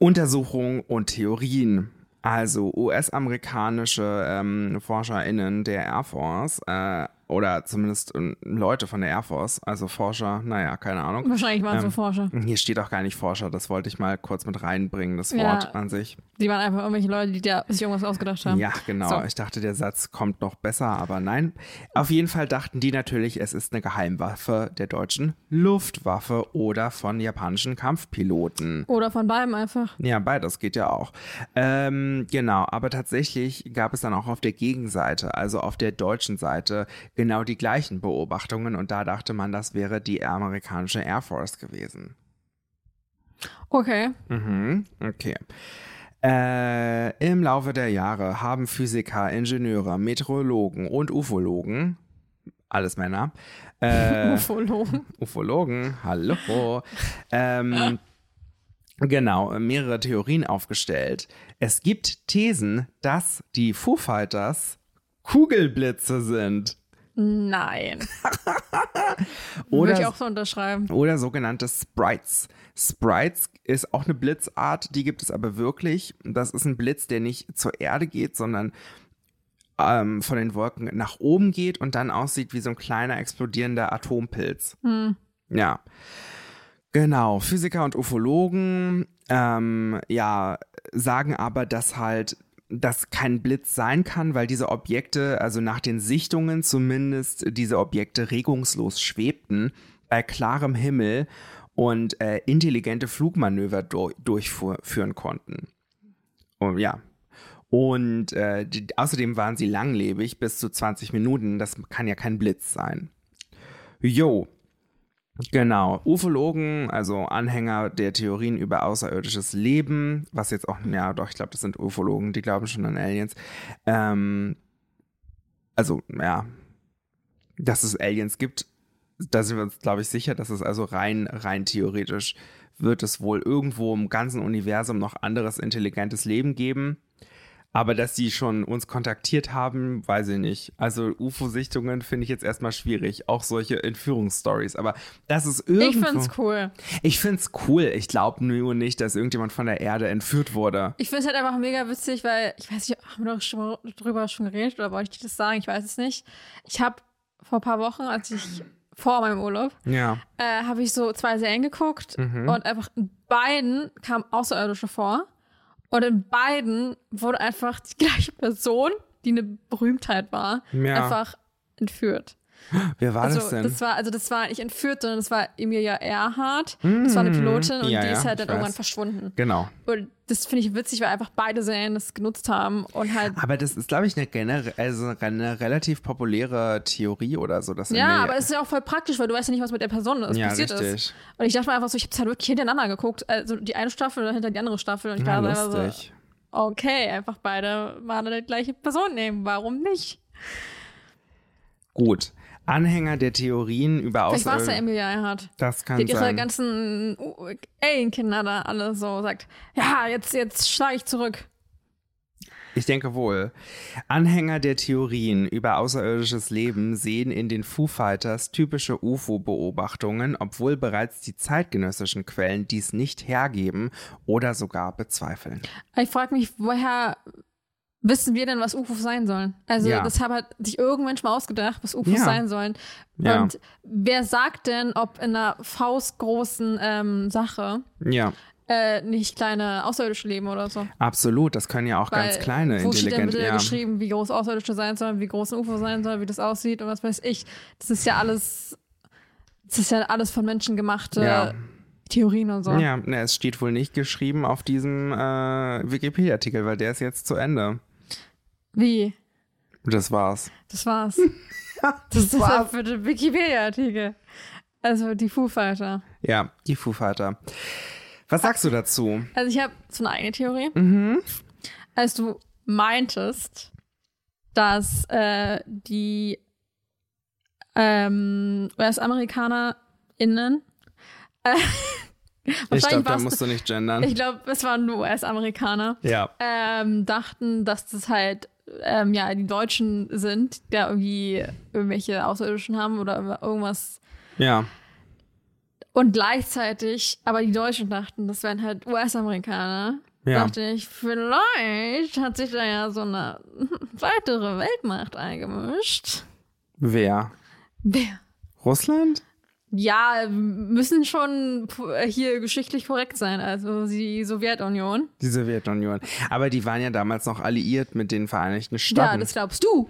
A: Untersuchungen und Theorien. Also US-amerikanische ähm, ForscherInnen der Air Force äh, oder zumindest ähm, Leute von der Air Force, also Forscher, naja, keine Ahnung.
B: Wahrscheinlich waren es
A: Ähm,
B: so Forscher.
A: Hier steht auch gar nicht Forscher, das wollte ich mal kurz mit reinbringen, das
B: Ja.
A: Wort an sich.
B: Die waren einfach irgendwelche Leute, die da sich irgendwas ausgedacht haben.
A: Ja, genau.
B: So.
A: Ich dachte, der Satz kommt noch besser, aber nein. Auf jeden Fall dachten die natürlich, es ist eine Geheimwaffe der deutschen Luftwaffe oder von japanischen Kampfpiloten.
B: Oder von beidem einfach.
A: Ja, beides geht ja auch. Ähm, genau, aber tatsächlich gab es dann auch auf der Gegenseite, also auf der deutschen Seite, genau die gleichen Beobachtungen und da dachte man, das wäre die amerikanische Air Force gewesen.
B: Okay.
A: Mhm, okay. Äh, Im Laufe der Jahre haben Physiker, Ingenieure, Meteorologen und Ufologen, alles Männer, äh,
B: Ufologen.
A: Ufologen, hallo, ähm, genau, mehrere Theorien aufgestellt. Es gibt Thesen, dass die Foo Fighters Kugelblitze sind
B: Nein. Würde
A: [laughs]
B: ich
A: oder,
B: auch so unterschreiben.
A: oder sogenannte Sprites. Sprites ist auch eine Blitzart, die gibt es aber wirklich. Das ist ein Blitz, der nicht zur Erde geht, sondern ähm, von den Wolken nach oben geht und dann aussieht wie so ein kleiner explodierender Atompilz.
B: Hm.
A: Ja. Genau, Physiker und Ufologen ähm, ja, sagen aber, dass halt das kein Blitz sein kann, weil diese Objekte, also nach den Sichtungen zumindest, diese Objekte regungslos schwebten bei klarem Himmel und äh, intelligente Flugmanöver dur durchführen konnten. Und ja. Und äh, die, außerdem waren sie langlebig, bis zu 20 Minuten. Das kann ja kein Blitz sein. Jo, Genau, Ufologen, also Anhänger der Theorien über außerirdisches Leben, was jetzt auch, ja doch, ich glaube, das sind Ufologen, die glauben schon an Aliens. Ähm, also, ja, dass es Aliens gibt, da sind wir uns, glaube ich, sicher, dass es also rein, rein theoretisch wird es wohl irgendwo im ganzen Universum noch anderes intelligentes Leben geben. Aber dass sie schon uns kontaktiert haben, weiß ich nicht. Also UFO-Sichtungen finde ich jetzt erstmal schwierig. Auch solche Entführungsstories. Aber das ist irgendwo.
B: Ich find's cool.
A: Ich find's cool. Ich glaube nur nicht, dass irgendjemand von der Erde entführt wurde.
B: Ich find's halt einfach mega witzig, weil ich weiß nicht, haben wir doch schon mal drüber schon geredet oder wollte ich dir das sagen? Ich weiß es nicht. Ich habe vor ein paar Wochen, als ich vor meinem Urlaub,
A: Ja.
B: äh, habe ich so zwei Serien geguckt
A: Mhm.
B: und einfach in beiden kam Außerirdische vor. Und in beiden wurde einfach die gleiche Person, die eine Berühmtheit war,
A: Ja.
B: einfach entführt.
A: Wer war
B: also
A: das denn?
B: war, also das war nicht entführt, sondern das war Emilia Earhart. Das war eine Pilotin und
A: Hm. Ja,
B: die
A: ja,
B: ist halt dann
A: ich
B: irgendwann
A: weiß.
B: verschwunden.
A: genau.
B: Und das finde ich witzig, weil einfach beide Serien das genutzt haben und halt.
A: Aber das ist, glaube ich, eine, genere- also eine relativ populäre Theorie oder so. Dass in
B: ja,
A: der-
B: aber es ist ja auch voll praktisch, weil du weißt ja nicht, was mit der Person ist,
A: ja,
B: passiert
A: richtig.
B: ist. Und ich dachte mir einfach so, ich hab's halt wirklich hintereinander geguckt. Also die eine Staffel und hinter die andere Staffel. Und ich
A: Ja,
B: dachte einfach so,
A: lustig.
B: okay, einfach beide mal eine gleiche Person nehmen. Warum nicht?
A: Gut. Anhänger der Theorien über
B: Vielleicht war es ja
A: Außerirdische.
B: Emilia Earhart.
A: Das
B: Die
A: kann
B: hat ihre
A: sein.
B: ganzen uh, Alien-Kinder da alle so sagt, ja, jetzt, jetzt schlage ich zurück.
A: Ich denke wohl. Anhänger der Theorien über außerirdisches Leben sehen in den Foo Fighters typische UFO-Beobachtungen, obwohl bereits die zeitgenössischen Quellen dies nicht hergeben oder sogar bezweifeln.
B: Ich frage mich, woher wissen wir denn, was UFOs sein sollen? Also
A: Ja.
B: das hat sich irgendein Mensch mal ausgedacht, was UFOs
A: Ja.
B: sein sollen.
A: Ja.
B: Und wer sagt denn, ob in einer faustgroßen ähm, Sache
A: Ja,
B: äh, nicht kleine Außerirdische leben oder so?
A: absolut. Das können ja auch ganz
B: Weil,
A: kleine,
B: wo steht denn
A: intelligente.
B: bitte
A: Ja.
B: geschrieben, wie groß Außerirdische sein sollen, wie groß ein UFO sein soll, wie das aussieht und was weiß ich. Das ist ja alles, das ist ja alles von Menschen gemachte
A: Ja.
B: Theorien und so.
A: Ja, ne, es steht wohl nicht geschrieben auf diesem äh, Wikipedia-Artikel, weil der ist jetzt zu Ende.
B: Wie?
A: Das war's.
B: Das [laughs] war's. das ist war's. für den Wikipedia-Artikel. Also die Foo Fighter.
A: Ja, die Foo Fighter. Was sagst du dazu?
B: Also ich habe so eine eigene Theorie. Mhm. Als du meintest, dass äh, die ähm, US-AmerikanerInnen
A: Ich glaube, da
B: warst du-
A: musst du nicht gendern.
B: Ich glaube, es waren nur US-Amerikaner.
A: ja.
B: Ähm, dachten, dass das halt ähm, ja die Deutschen sind, die da irgendwie irgendwelche Außerirdischen haben oder irgendwas.
A: Ja.
B: Und gleichzeitig, aber die Deutschen dachten, das wären halt US-Amerikaner.
A: Ja.
B: Dachte ich, vielleicht hat sich da ja so eine [laughs] weitere Weltmacht eingemischt.
A: Wer?
B: Wer?
A: Russland?
B: Ja, müssen schon äh, hier geschichtlich korrekt sein. Also die Sowjetunion.
A: Die Sowjetunion. Aber die waren ja damals noch alliiert mit den Vereinigten
B: Ja,
A: Staaten.
B: das
A: [laughs]
B: glaubst du.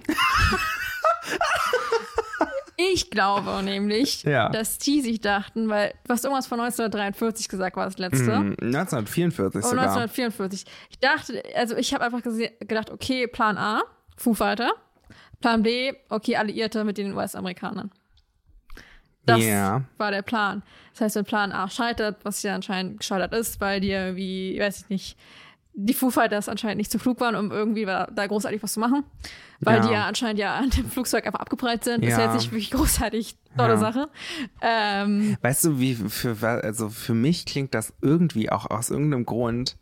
B: ich glaube nämlich,
A: Ja.
B: dass die sich dachten, weil du hast irgendwas von 1943 gesagt, war das letzte.
A: Hm, 1944
B: Und
A: sogar.
B: 1944. Ich dachte, also ich habe einfach gese- gedacht, okay, Plan A, Foo Fighter. Plan B, okay, Alliierte mit den US-Amerikanern. Das
A: Ja.
B: war der Plan. Das heißt, wenn Plan A scheitert, was ja anscheinend gescheitert ist, weil die irgendwie, weiß ich nicht, die Foo Fighters anscheinend nicht zu klug waren, um irgendwie da da großartig was zu machen. Weil
A: Ja.
B: die ja anscheinend ja an dem Flugzeug einfach abgeprallt sind. Ist ja
A: Ja.
B: jetzt nicht wirklich großartig tolle
A: Ja.
B: Sache. Ähm,
A: Weißt du, wie für wa- also für mich klingt das irgendwie auch aus irgendeinem Grund,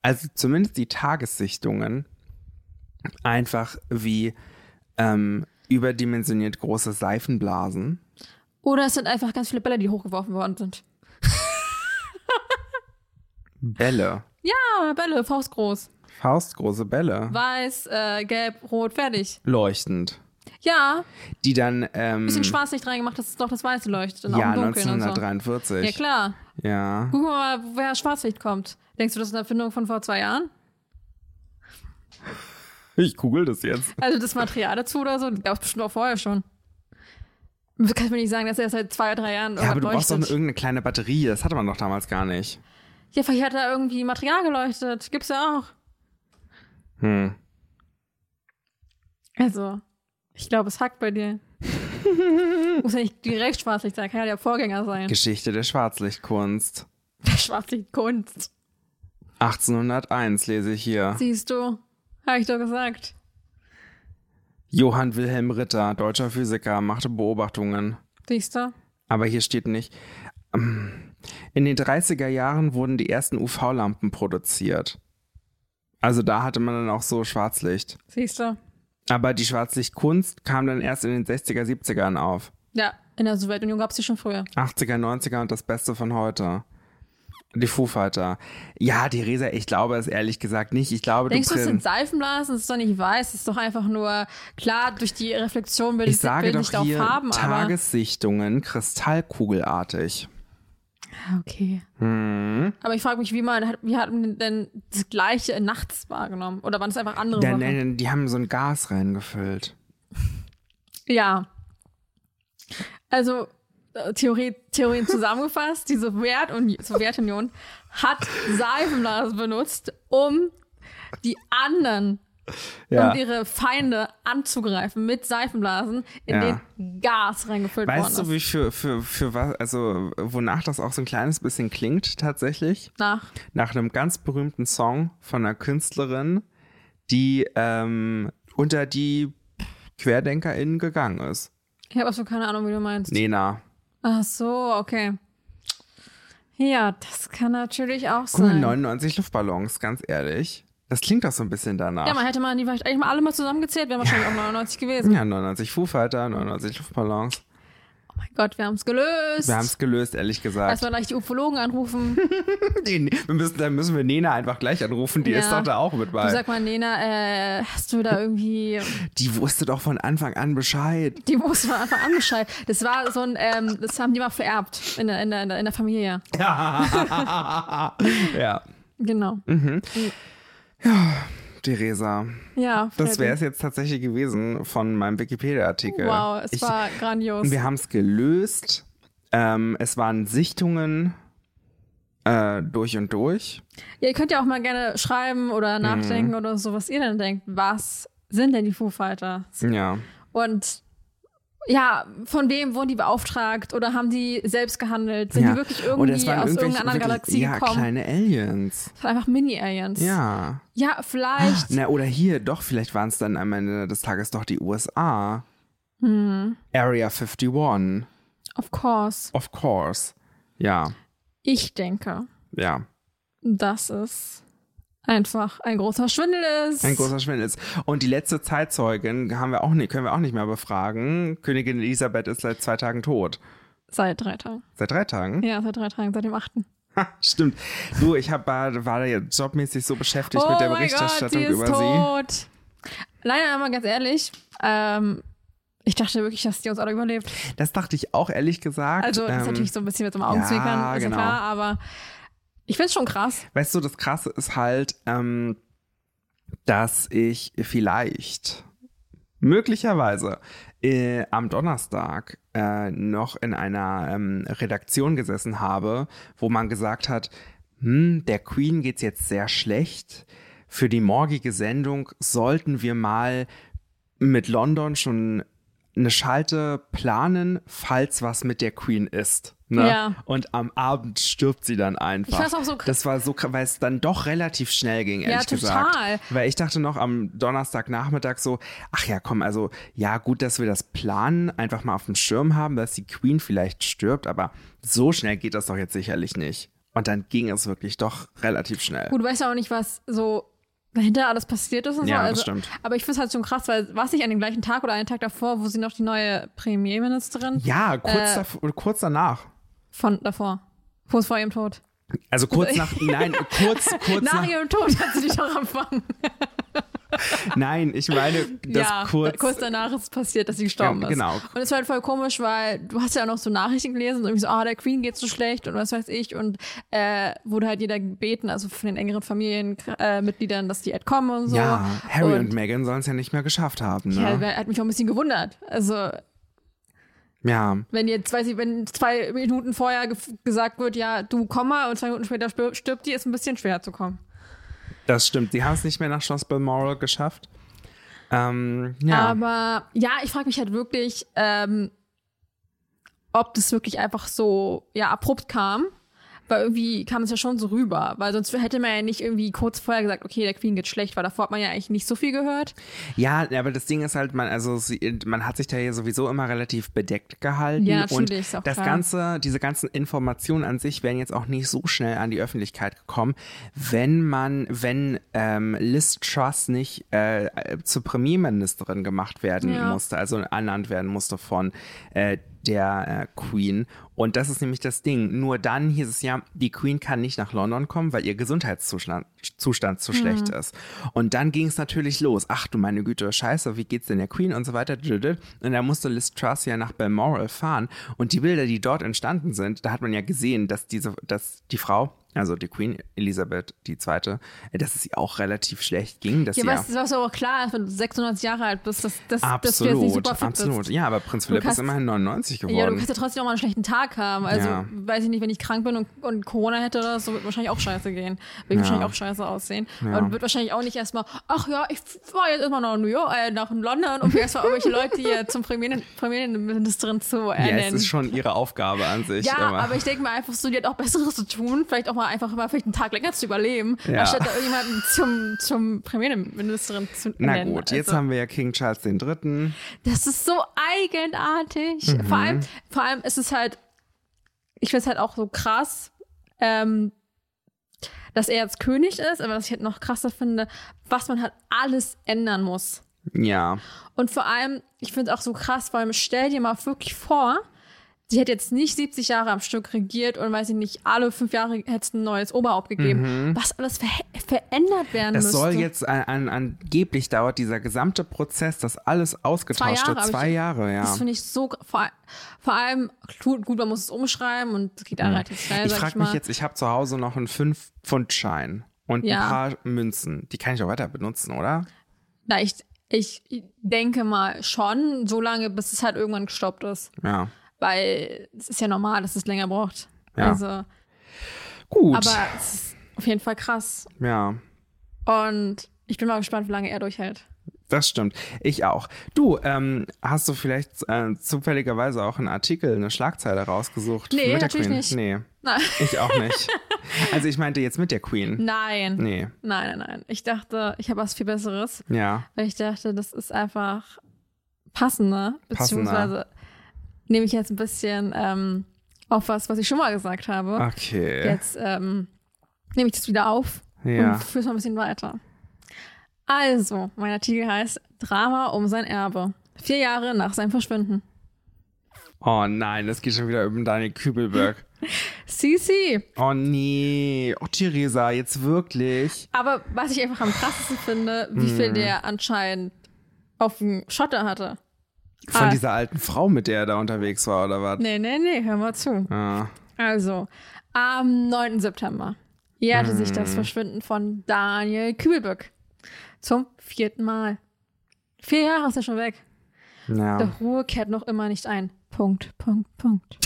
A: also zumindest die Tagessichtungen einfach wie ähm, überdimensioniert große Seifenblasen.
B: oder es sind einfach ganz viele Bälle, die hochgeworfen worden sind.
A: Bälle.
B: Ah, Bälle, faustgroß.
A: Faustgroße Bälle.
B: Weiß, äh, gelb, rot, fertig.
A: Leuchtend.
B: Ja,
A: Die dann. Ähm,
B: bisschen schwarz nicht reingemacht, dass es noch das Weiße leuchtet. Und
A: Ja,
B: auch im Dunkeln und so.
A: 1943.
B: Ja, klar.
A: Ja.
B: Guck mal, woher Schwarzlicht kommt. Denkst du, das ist eine Erfindung von vor zwei Jahren?
A: Ich google das jetzt.
B: Also das Material dazu oder so, das gab es bestimmt auch vorher schon. Du kannst mir nicht sagen, dass er seit zwei, drei Jahren
A: Ja, aber du brauchst
B: irgendwas
A: doch eine-
B: leuchtet.
A: irgendeine kleine Batterie. Das hatte man doch damals gar nicht.
B: ja, vielleicht hat da irgendwie Material geleuchtet. Gibt's ja auch.
A: Hm.
B: Also, ich glaube, es hackt
A: [laughs]
B: bei dir. Muss ja nicht direkt Schwarzlicht sein, kann ja der Vorgänger sein.
A: Geschichte der Schwarzlichtkunst.
B: [laughs] Schwarzlichtkunst.
A: 1801 lese ich hier.
B: Siehst du, habe ich doch gesagt.
A: Johann Wilhelm Ritter, deutscher Physiker, machte Beobachtungen.
B: Siehst du?
A: Aber hier steht nicht. ähm, In den 30er Jahren wurden die ersten UV-Lampen produziert. Also da hatte man dann auch so Schwarzlicht.
B: Siehst du?
A: Aber die Schwarzlichtkunst kam dann erst in den 60er, 70ern auf.
B: Ja, in der Sowjetunion gab es die schon früher.
A: 80er, 90er und das Beste von heute. Die Foo Fighter. Ja, Theresa, ich glaube es ehrlich gesagt nicht. Ich glaube,
B: Denkst
A: du
B: du, es
A: prin-
B: sind Seifenblasen? Es ist doch nicht weiß, es ist doch einfach nur klar, durch die Reflexion bildet
A: Ich sage
B: bildet sich
A: doch
B: auch
A: hier
B: Farben, aber.
A: Tagessichtungen, kristallkugelartig.
B: Ah, Okay.
A: Hm?
B: Aber ich frage mich, wie man, wie hat man denn das gleiche nachts wahrgenommen? Oder waren es einfach andere
A: Dann, äh,
B: Sachen?
A: die haben so ein Gas reingefüllt.
B: Ja. Also, äh, Theorie, Theorien zusammengefasst, die Sowjet und Sowjetunion hat Seifenblasen benutzt, um die anderen und um ihre Feinde anzugreifen mit Seifenblasen, in
A: Ja.
B: den Gas reingefüllt
A: Weißt
B: worden
A: du,
B: ist.
A: wie für, für, für was, also wonach das auch so ein kleines bisschen klingt tatsächlich?
B: Nach.
A: Nach einem ganz berühmten Song von einer Künstlerin, die ähm, unter die QuerdenkerInnen gegangen ist.
B: Ich habe absolut keine Ahnung, wie du meinst.
A: Nena.
B: Ach so, okay. Ja, das kann natürlich auch
A: Guck mal,
B: sein.
A: 99 Luftballons, ganz ehrlich. Das klingt doch so ein bisschen danach.
B: ja, man hätte mal die vielleicht eigentlich mal
A: Mhm.
B: alle mal zusammengezählt, wären wahrscheinlich auch 99 gewesen.
A: Ja, 99 Foo Fighter, 99 Luftballons.
B: Oh mein Gott, wir haben es gelöst.
A: Wir haben es gelöst, ehrlich gesagt.
B: Erstmal gleich die Ufologen anrufen.
A: Die, wir müssen, dann müssen wir Nena einfach gleich anrufen, die
B: Ja.
A: ist doch da auch mit
B: Du
A: bei.
B: sag mal, Nena, äh, hast du da irgendwie
A: Die wusste doch von Anfang an Bescheid.
B: Die muss man einfach angeschaltet. Das war so ein, ähm, das haben die mal vererbt in der, in der, in der- in der Familie.
A: Ja. ja.
B: Genau.
A: Mhm. Theresa,
B: Ja.
A: das
B: Freddy.
A: wäre es jetzt tatsächlich gewesen von meinem Wikipedia-Artikel.
B: Wow, es
A: ich,
B: war grandios.
A: Wir haben es gelöst. Ähm, es waren Sichtungen äh, durch und durch.
B: Ja, ihr könnt ja auch mal gerne schreiben oder
A: Mhm.
B: nachdenken oder so, was ihr denn denkt. Was sind denn die Foo Fighters?
A: Ja.
B: Und ja, von wem wurden die beauftragt oder haben die selbst gehandelt? Sind
A: ja.
B: die wirklich
A: Oder
B: irgendwie
A: es
B: aus
A: waren irgendwelche-
B: irgendeiner anderen
A: wirklich-
B: Galaxie
A: ja,
B: gekommen?
A: kleine Aliens.
B: Das waren einfach Mini-Aliens.
A: Ja. Ne.
B: ja, vielleicht.
A: Na, oder hier, doch, vielleicht waren es dann am Ende des Tages doch die USA.
B: Hm.
A: Area 51.
B: Of course.
A: Of course. Ja,
B: Ich denke,
A: ja.
B: dass es einfach ein großer Schwindel ist.
A: Ein großer Schwindel ist. Und die letzte Zeitzeugin haben wir auch nicht, können wir auch nicht mehr befragen. Königin Elisabeth ist seit zwei Tagen tot.
B: Seit drei Tagen.
A: Seit drei Tagen?
B: Ja, seit drei Tagen, seit dem 8.
A: [laughs] Stimmt. Du, ich hab, war, war da jetzt jobmäßig so beschäftigt
B: Oh
A: mit der Berichterstattung
B: sie ist
A: über
B: tot. Leider, aber ganz ehrlich, ähm, ich dachte wirklich, dass die uns alle überlebt.
A: sie. Das dachte ich auch ehrlich gesagt.
B: Also, das ist
A: Ähm,
B: natürlich so ein bisschen mit so einem Augenzwinkern,
A: ja,
B: ist ja
A: genau.
B: klar, aber ich find's schon krass.
A: Weißt du, das Krasse ist halt, ähm, dass ich vielleicht, möglicherweise, äh, am Donnerstag äh, noch in einer ähm, Redaktion gesessen habe, wo man gesagt hat, hm, der Queen geht's jetzt sehr schlecht. Für die morgige Sendung sollten wir mal mit London schon eine Schalte planen, falls was mit der Queen ist. Ne?
B: Ja.
A: Und am Abend stirbt sie dann einfach.
B: fand's auch so krass.
A: Das war so, kr- weil es dann doch relativ schnell ging, ehrlich gesagt.
B: total.
A: Weil ich dachte noch am Donnerstagnachmittag so, ach ja, komm, also ja, gut, dass wir das planen, einfach mal auf dem Schirm haben, dass die Queen vielleicht stirbt, aber so schnell geht das doch jetzt sicherlich nicht. Und dann ging es wirklich doch relativ schnell.
B: Gut, du weißt ja auch nicht, was so dahinter alles passiert ist und
A: Ja,
B: so.
A: das
B: Also,
A: stimmt.
B: Aber ich find's halt schon krass, weil war es nicht an dem gleichen Tag oder einen Tag davor, wo sie noch die neue Premierministerin
A: Ja, kurz,
B: Äh,
A: dav- kurz danach.
B: von davor, kurz vor ihrem Tod.
A: Also
B: [laughs]
A: kurz nach, nein, kurz, kurz
B: Nach
A: nach,
B: ihrem Tod hat sie dich doch [laughs] empfangen.
A: nein, ich meine, das
B: ja,
A: kurz,
B: kurz danach ist passiert, dass sie gestorben
A: Ja,
B: ist.
A: genau.
B: Und es war halt voll komisch, weil du hast ja auch noch so Nachrichten gelesen, irgendwie so, ah, der Queen geht's so schlecht und was weiß ich. Und äh, wurde halt jeder gebeten, also von den engeren Familienmitgliedern, äh, Mitgliedern, dass die halt kommen und so.
A: ja, Harry und, Meghan sollen es ja nicht mehr geschafft haben,
B: ja,
A: ne?
B: wer- hat mich auch ein bisschen gewundert. Also,
A: Ja,
B: wenn jetzt, weiß ich, wenn zwei Minuten vorher gef- gesagt wird, ja, du komm mal und zwei Minuten später spir- stirbt die, ist ein bisschen schwer zu kommen.
A: das stimmt. Die haben es nicht mehr nach Schloss Balmoral geschafft. Ähm, ja.
B: Aber ja, ich frage mich halt wirklich, ähm, ob das wirklich einfach so ja, abrupt kam. Weil irgendwie kam es ja schon so rüber. Weil sonst hätte man ja nicht irgendwie kurz vorher gesagt, okay, der Queen geht schlecht, weil davor hat man ja eigentlich nicht so viel gehört.
A: Ja, aber das Ding ist halt, man, also sie, man hat sich da ja sowieso immer relativ bedeckt gehalten.
B: Ja, natürlich,
A: und
B: ist auch
A: das
B: klar.
A: Ganze, diese ganzen Informationen an sich wären jetzt auch nicht so schnell an die Öffentlichkeit gekommen, wenn man, wenn ähm, Liz Truss nicht äh, äh, zur Premierministerin gemacht werden
B: Ja.
A: musste, also ernannt werden musste von äh, der äh, Queen. Und das ist nämlich das Ding. Nur dann hieß es ja, die Queen kann nicht nach London kommen, weil ihr Gesundheitszustand Zustand zu schlecht ist. Und dann ging es natürlich los. Ach du meine Güte, scheiße, wie geht's denn der Queen und so weiter. Und da musste Liz Truss ja nach Balmoral fahren. Und die Bilder, die dort entstanden sind, da hat man ja gesehen, dass diese, dass die Frau, also die Queen Elisabeth II., äh, dass es ihr auch relativ schlecht ging. Dass
B: Ja,
A: sie
B: aber es ist auch auch klar, dass wenn du 96 Jahre alt bist, dass, dass, dass du jetzt nicht
A: Absolut,
B: super fit
A: absolut.
B: bist.
A: Ja, aber Prinz Philipp ist
B: kannst-
A: immerhin 99 geworden.
B: Ja, du kannst ja trotzdem auch mal einen schlechten Tag haben. Also,
A: Ja.
B: weiß ich nicht, wenn ich krank bin und, und Corona hätte oder so, wird wahrscheinlich auch scheiße gehen. Wird wahrscheinlich auch scheiße aussehen. Und wird wahrscheinlich auch nicht erstmal, ach ja, ich war jetzt erstmal nach New York, äh, nach London, um erstmal irgendwelche Leute
A: [laughs]
B: hier zum Premier, Premierministerin zu
A: ja, es
B: ernennen.
A: ist schon ihre Aufgabe an sich.
B: ja, aber ich denke mal einfach so, die hat auch Besseres zu tun, vielleicht auch mal einfach mal vielleicht einen Tag länger zu überleben,
A: Ja.
B: anstatt da irgendjemanden zum, zum Premierministerin zu
A: Na
B: ernennen.
A: gut, jetzt
B: also,
A: haben wir ja King Charles III.
B: Das ist so eigenartig.
A: Mhm.
B: Vor, allem, vor allem ist es halt, ich finde es halt auch so krass, ähm, dass er jetzt König ist, aber was ich halt noch krasser finde, was man halt alles ändern muss.
A: Ja,
B: Und vor allem, ich finde es auch so krass, vor allem stell dir mal wirklich vor, die hätte jetzt nicht 70 Jahre am Stück regiert und weiß ich nicht, alle fünf Jahre hätte es ein neues Oberhaupt gegeben. Was alles ver verändert werden
A: Mhm. Es
B: müsste.
A: soll jetzt an, an, angeblich dauert dieser gesamte Prozess, dass alles ausgetauscht
B: Jahre,
A: wird.
B: hab ich-
A: Zwei Jahre, ja.
B: Das finde ich so, vor, all- vor allem, gut, gut, man muss es umschreiben und es geht ja relativ schnell,
A: Mhm. Ich
B: sag
A: frage
B: mal.
A: mich jetzt, ich habe zu Hause noch einen 5-Pfund-Schein und
B: Ja.
A: ein paar Münzen. Die kann ich auch weiter benutzen, oder?
B: Na, ich, ich denke mal schon, so lange, bis es halt irgendwann gestoppt ist.
A: Ja.
B: Weil es ist ja normal, dass es länger braucht.
A: Ja.
B: Also,
A: Gut.
B: aber es ist auf jeden Fall krass.
A: ja.
B: Und ich bin mal gespannt, wie lange er durchhält. [laughs]
A: Das stimmt. Ich auch. Du, ähm, hast du vielleicht äh, zufälligerweise auch einen Artikel, eine Schlagzeile rausgesucht?
B: Nee,
A: mit der
B: natürlich
A: Queen?
B: nicht.
A: Nee,
B: Na,
A: ich auch
B: [laughs]
A: nicht. also ich meinte jetzt mit der Queen.
B: nein.
A: Nee.
B: Nein, nein, nein. Ich dachte, ich habe was viel Besseres,
A: Ja.
B: weil ich dachte, das ist einfach passender,
A: Passender.
B: beziehungsweise nehme ich jetzt ein bisschen ähm, auf was, was ich schon mal gesagt habe.
A: Ah, Okay.
B: Oh, Jetzt ähm, nehme ich das wieder auf
A: Ja.
B: und führe es mal ein bisschen weiter. Also, mein Artikel heißt Drama um sein Erbe. Vier Jahre nach seinem Verschwinden.
A: Oh nein, das geht schon wieder um Daniel Kübelberg.
B: Sisi.
A: Oh nee. Oh, Theresa, jetzt wirklich.
B: Aber was ich einfach am krassesten finde, wie viel der anscheinend auf dem Schotter hatte.
A: Von
B: Ah.
A: dieser alten Frau, mit der er da unterwegs war, oder was? Ah,
B: Nee, nee, nee, hör mal zu.
A: Ja.
B: Also, am 9. September jährte sich
A: Mhm.
B: das Verschwinden von Daniel Kübelböck. Zum vierten Mal. Vier Jahre ist er schon weg.
A: ja.
B: Doch Ruhe kehrt noch immer nicht ein. Punkt, Punkt, Punkt.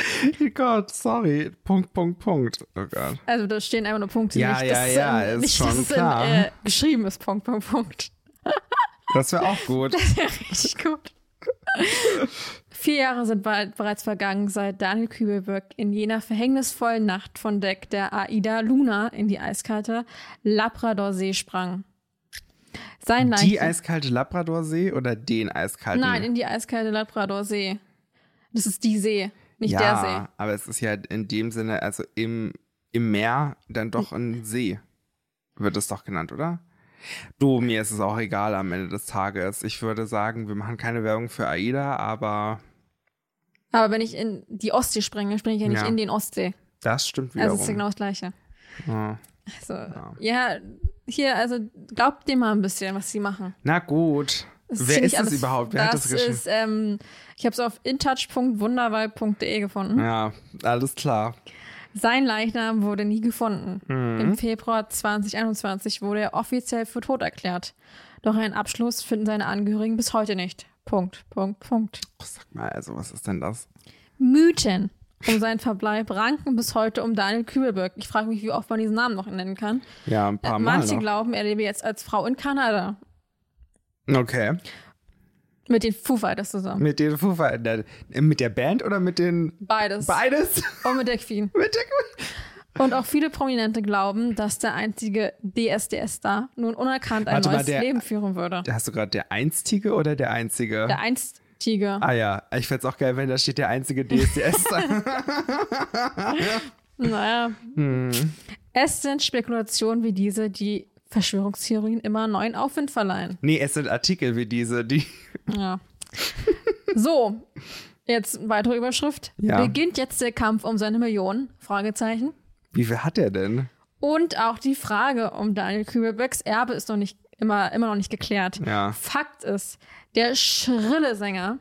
A: Oh Gott, sorry. Punkt, Punkt, Punkt. Oh Gott.
B: Also da stehen einfach nur Punkte.
A: Ja,
B: nicht,
A: ja,
B: dass,
A: ja,
B: ähm,
A: ist
B: nicht,
A: schon
B: dass es in,
A: klar.
B: äh, geschrieben ist. Punkt, Punkt, Punkt.
A: Das wäre auch
B: [laughs]
A: gut.
B: Ja, richtig gut. Vier Jahre sind bald bereits vergangen, seit Daniel Kübelböck in jener verhängnisvollen Nacht von Deck der Aida Luna in die eiskalte Labradorsee sprang. Sein
A: Die
B: Leichnam.
A: eiskalte Labradorsee oder den eiskalten?
B: Nein, in die eiskalte Labradorsee. Das ist die See, nicht
A: ja,
B: der See.
A: aber es ist ja in dem Sinne, also im, im Meer dann doch ein See, wird es doch genannt, oder? Du, mir ist es auch egal am Ende des Tages. Ich würde sagen, wir machen keine Werbung für AIDA, aber
B: Aber wenn ich in die Ostsee springe, springe ich ja nicht
A: Ja.
B: in den Ostsee.
A: das stimmt
B: Also
A: wiederum.
B: es ist genau das Gleiche.
A: ja.
B: Also, ja. hier, also glaubt dem mal ein bisschen, was sie machen.
A: Na gut.
B: Das
A: Wer
B: ziemlich
A: ist es
B: alles-
A: überhaupt? Wer hat das geschrieben?
B: ist, ähm, Ich habe es auf intouch.wunderweib.de gefunden.
A: Ja, alles klar.
B: Sein Leichnam wurde nie gefunden.
A: Mhm.
B: Im Februar 2021 wurde er offiziell für tot erklärt. Doch einen Abschluss finden seine Angehörigen bis heute nicht. Punkt, Punkt, Punkt.
A: Ach, Sag mal, also was ist denn das?
B: Mythen um seinen Verbleib ranken bis heute um Daniel Kübelberg. Ich frage mich, wie oft man diesen Namen noch nennen kann.
A: Ja, ein paar
B: Äh,
A: Mal ne?
B: Manche
A: noch.
B: glauben, er lebe jetzt als Frau in Kanada
A: Okay.
B: mit den Foo Fighters zusammen.
A: Mit den Foo Fighters. Mit der Band oder mit den...
B: Beides.
A: Beides?
B: Und mit der Queen.
A: [laughs] mit der Queen?
B: Und auch viele Prominente glauben, dass der einzige DSDS-Star nun unerkannt ein
A: Warte mal,
B: neues
A: der-
B: Leben führen würde.
A: Hast du gerade der Einstige oder der Einzige?
B: Der einstige.
A: ah ja, ich fände es auch geil, wenn da steht der einzige
B: [laughs]
A: DSDS.
B: Naja.
A: Hm.
B: Es sind Spekulationen wie diese, die Verschwörungstheorien immer neuen Aufwind verleihen.
A: nee, es sind Artikel wie diese, die. [laughs]
B: Ja. so, jetzt weitere Überschrift.
A: Ja.
B: Beginnt jetzt der Kampf um seine Millionen? Fragezeichen.
A: Wie viel hat er denn?
B: Und auch die Frage um Daniel Kübelböcks Erbe ist noch nicht immer, immer noch nicht geklärt.
A: Ja.
B: Fakt ist, der schrille Sänger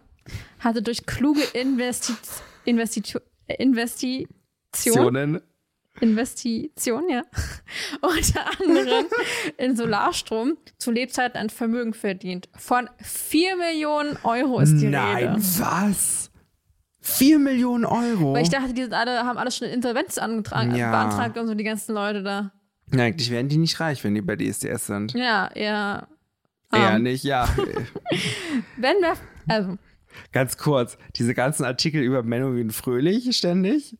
B: hatte durch kluge Investi Investitu äh, Investition,
A: Aktionen?
B: Investition, ja, [laughs] unter anderem in Solarstrom zu Lebzeiten ein Vermögen verdient. Von 4 Millionen Euro ist die
A: Nein,
B: Rede.
A: was? 4 Millionen Euro?
B: Weil ich dachte, die sind alle, haben alle schon Insolvenz angetragen, also
A: Ja.
B: beantragt und so die ganzen Leute da.
A: Na, eigentlich werden die nicht reich, wenn die bei DSDS sind.
B: Ja, Ähm. eher.
A: Eher
B: arm.
A: nicht,
B: [laughs]
A: ja.
B: Wenn wir, also,
A: Ganz kurz, diese ganzen Artikel über Menowin Fröhlich ständig.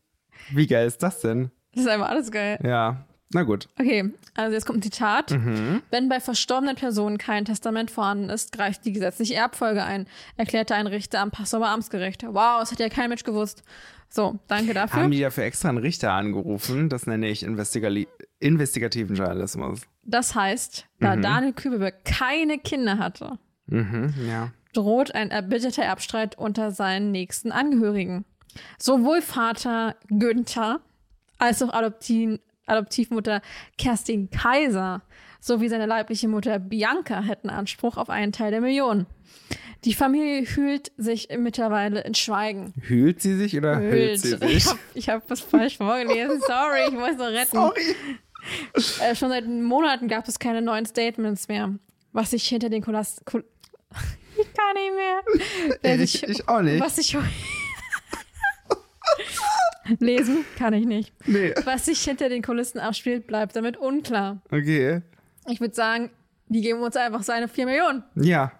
A: Wie geil ist das denn?
B: das ist einfach alles geil.
A: Ja, na gut.
B: Okay, also jetzt kommt ein Zitat.
A: Mhm.
B: Wenn bei verstorbenen Personen kein Testament vorhanden ist, greift die gesetzliche Erbfolge ein, erklärte ein Richter am Passauer Amtsgericht. Wow, das hat ja kein Mensch gewusst. So, danke dafür.
A: Haben die dafür extra einen Richter angerufen? Das nenne ich Investigali investigativen Journalismus.
B: Das heißt, da Daniel Kübelberg keine Kinder hatte,
A: Mhm, ja.
B: droht ein erbitterter Erbstreit unter seinen nächsten Angehörigen. Sowohl Vater Günther als auch Adoptin, Adoptivmutter Kerstin Kaiser sowie seine leibliche Mutter Bianca hätten Anspruch auf einen Teil der Million. Die Familie hüllt sich mittlerweile in Schweigen.
A: Hüllt sie sich oder hüllt, sie sich?
B: [laughs] Ich habe ich hab was falsch vorgelesen. Sorry, ich muss noch retten.
A: Sorry.
B: [laughs] Äh, schon seit Monaten gab es keine neuen Statements mehr, was sich hinter den Kulas... Kul [laughs] ich kann nicht mehr. Wer
A: ich,
B: sich-
A: ich auch nicht.
B: Was ich... [laughs] Lesen kann ich nicht.
A: Nee.
B: Was sich hinter den Kulissen abspielt, bleibt damit unklar.
A: Okay.
B: Ich würde sagen, die geben uns einfach seine 4 Millionen.
A: Ja.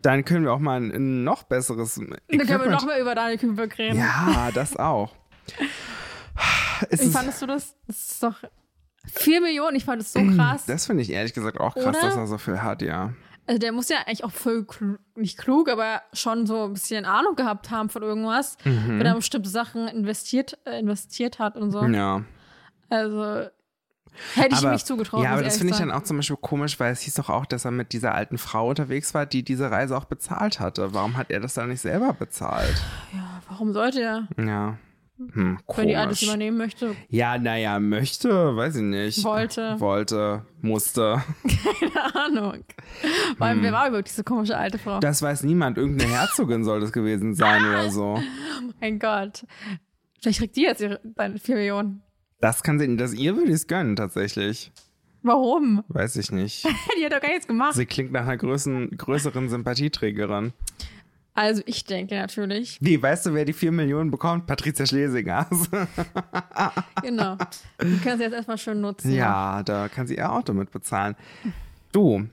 A: Dann können wir auch mal ein, ein noch besseres
B: Dann können wir noch
A: Equipment-
B: mehr über Daniel Kühlberg reden.
A: Ja, das auch. Es
B: Wie
A: ist,
B: fandest du das? Das ist doch 4 Millionen, ich fand das so
A: Mhm.
B: krass.
A: das finde ich ehrlich gesagt auch krass,
B: Oder?
A: dass er so viel hat, ja.
B: Also der muss ja eigentlich auch voll klug, nicht klug, aber schon so ein bisschen Ahnung gehabt haben von irgendwas,
A: Mhm.
B: wenn er bestimmte Sachen investiert, äh, investiert hat und so.
A: Ja.
B: Also hätte ich ihm nicht zugetraut.
A: Ja,
B: muss
A: Mhm. aber das
B: ehrlich
A: finde ich
B: sagen.
A: dann auch zum Beispiel komisch, weil es hieß doch auch, dass er mit dieser alten Frau unterwegs war, die diese Reise auch bezahlt hatte. Warum hat er das dann nicht selber bezahlt?
B: Warum sollte er,
A: Ja. Hm, komisch.
B: wenn die alles übernehmen möchte?
A: Ja, naja, möchte, weiß ich nicht.
B: Wollte.
A: Wollte, musste.
B: [laughs] Keine Ahnung. Weil
A: Hm.
B: wer war überhaupt diese komische alte Frau?
A: Das weiß niemand. Irgendeine Herzogin soll das gewesen sein oder so.
B: mein Gott. Vielleicht kriegt die jetzt ihre, deine 4 Millionen.
A: Das kann sie, das ihr würde ich es gönnen, tatsächlich.
B: Warum? [laughs]
A: Weiß ich nicht.
B: Die hat doch gar nichts gemacht.
A: Sie klingt nach einer größen, größeren Sympathieträgerin.
B: Also ich denke natürlich,
A: Die, weißt du, wer die 4 Millionen bekommt? Patricia Schlesinger. [laughs]
B: genau. Wir können sie jetzt erstmal schön nutzen.
A: ja, da kann sie ihr Auto mit bezahlen. Du,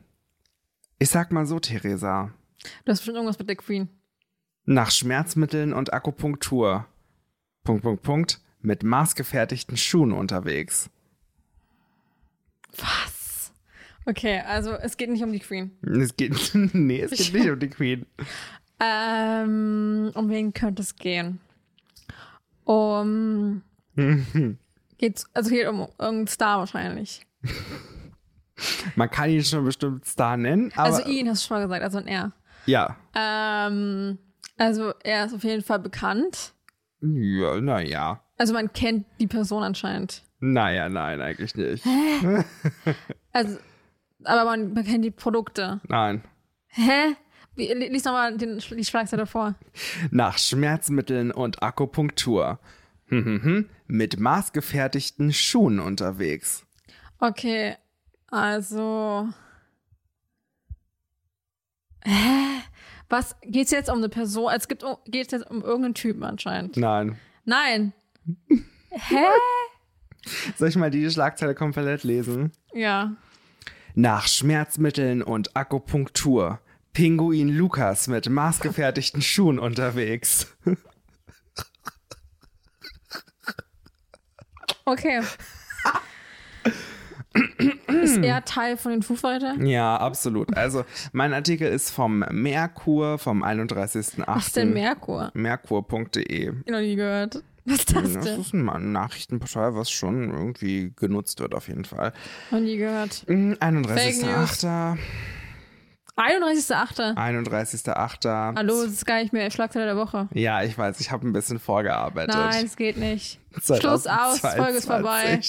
A: ich sag mal so, Theresa,
B: Du hast bestimmt irgendwas mit der Queen.
A: nach Schmerzmitteln und Akupunktur. Punkt, Punkt, Punkt. Mit maßgefertigten Schuhen unterwegs.
B: Was? Okay, also es geht nicht um die Queen.
A: Es geht, [laughs] nee, es geht nicht um die Queen.
B: Ähm, um wen könnte es gehen?
A: [laughs]
B: Um. geht's, also geht um irgendeinen Star wahrscheinlich.
A: Man kann ihn schon bestimmt Star nennen, aber
B: also ihn hast du schon mal gesagt, also ein R.
A: ja.
B: Ähm, also er ist auf jeden Fall bekannt.
A: Ja, naja.
B: Also man kennt die Person anscheinend.
A: Naja, nein, eigentlich nicht.
B: Also, aber man, man kennt die Produkte.
A: Nein.
B: Hä? Wie, li- lies nochmal die Schlagzeile vor.
A: Nach Schmerzmitteln und Akupunktur. Hm, hm, hm. Mit maßgefertigten Schuhen unterwegs.
B: Okay, also. Hä? Was? Geht's jetzt um eine Person? Es gibt, um- geht's jetzt um irgendeinen Typen anscheinend.
A: Nein.
B: Nein. Hä?
A: Soll ich mal die Schlagzeile komplett lesen?
B: Ja.
A: Nach Schmerzmitteln und Akupunktur. Pinguin Lukas mit maßgefertigten Schuhen unterwegs.
B: Okay. Ist er Teil von den Foo Fighters?
A: Ja, absolut. Also, mein Artikel ist vom Merkur vom 31.08.
B: Was ist denn Merkur?
A: Merkur.de.
B: Ich noch nie gehört. Was ist das
A: Das
B: denn?
A: ist ein Nachrichtenportal, was schon irgendwie genutzt wird, auf jeden Fall.
B: Noch nie gehört.
A: Mm,
B: News.
A: 31.8.
B: 31.8.
A: 31.8.
B: Hallo, das ist gar nicht mehr Schlagzeile der Woche.
A: Ja, ich weiß, ich habe ein bisschen vorgearbeitet.
B: Nein, es geht nicht. Schluss aus, Folge ist vorbei.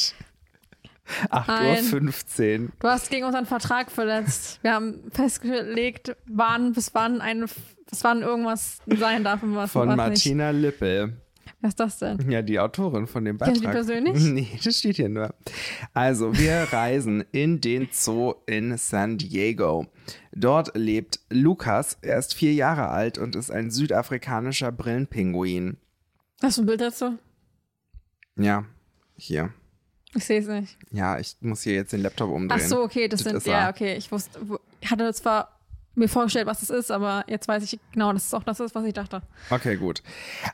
A: 8.15 Uhr.
B: Du hast gegen unseren Vertrag verletzt. Wir haben festgelegt, wann bis wann eine, bis wann irgendwas sein darf und was
A: Von
B: was
A: Martina Lippel.
B: nicht. Was ist das denn?
A: Ja, die Autorin von dem Beitrag.
B: Kennst du die persönlich?
A: [laughs] Nee, das steht hier nur. Also, wir
B: [laughs]
A: reisen in den Zoo in San Diego. Dort lebt Lukas, er ist vier Jahre alt und ist ein südafrikanischer Brillenpinguin.
B: Hast du ein Bild dazu?
A: Ja, hier.
B: Ich sehe es nicht.
A: Ja, ich muss hier jetzt den Laptop
B: Ach
A: umdrehen.
B: so, okay, das,
A: Das
B: sind
A: ist
B: ja
A: er.
B: okay. Ich wusste, wo- ich hatte zwar mir vorgestellt, was das ist, aber jetzt weiß ich genau, das ist auch das ist, was ich dachte.
A: Okay, gut.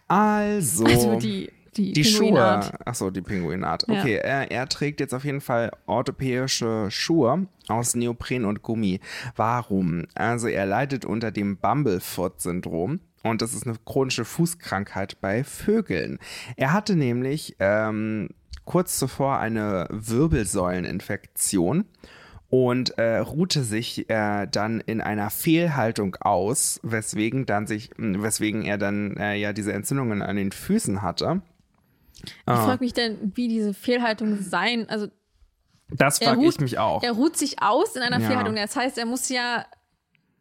A: Also,
B: Also die die,
A: die
B: Pinguinart.
A: Schuhe. Ach so, die Pinguinart.
B: Ja.
A: Okay, er, er trägt jetzt auf jeden Fall orthopäische Schuhe aus Neopren und Gummi. Warum? Also er leidet unter dem Bumblefoot-Syndrom. Und das ist eine chronische Fußkrankheit bei Vögeln. Er hatte nämlich ähm, kurz zuvor eine Wirbelsäuleninfektion und äh, ruhte sich äh, dann in einer Fehlhaltung aus, weswegen dann sich, weswegen er dann äh, ja diese Entzündungen an den Füßen hatte. Ah.
B: Ich frage mich dann, wie diese Fehlhaltung sein, also
A: Das
B: Er
A: frage ich
B: ruht-
A: mich auch.
B: er ruht sich aus in einer
A: Ja.
B: Fehlhaltung. Das heißt, er muss ja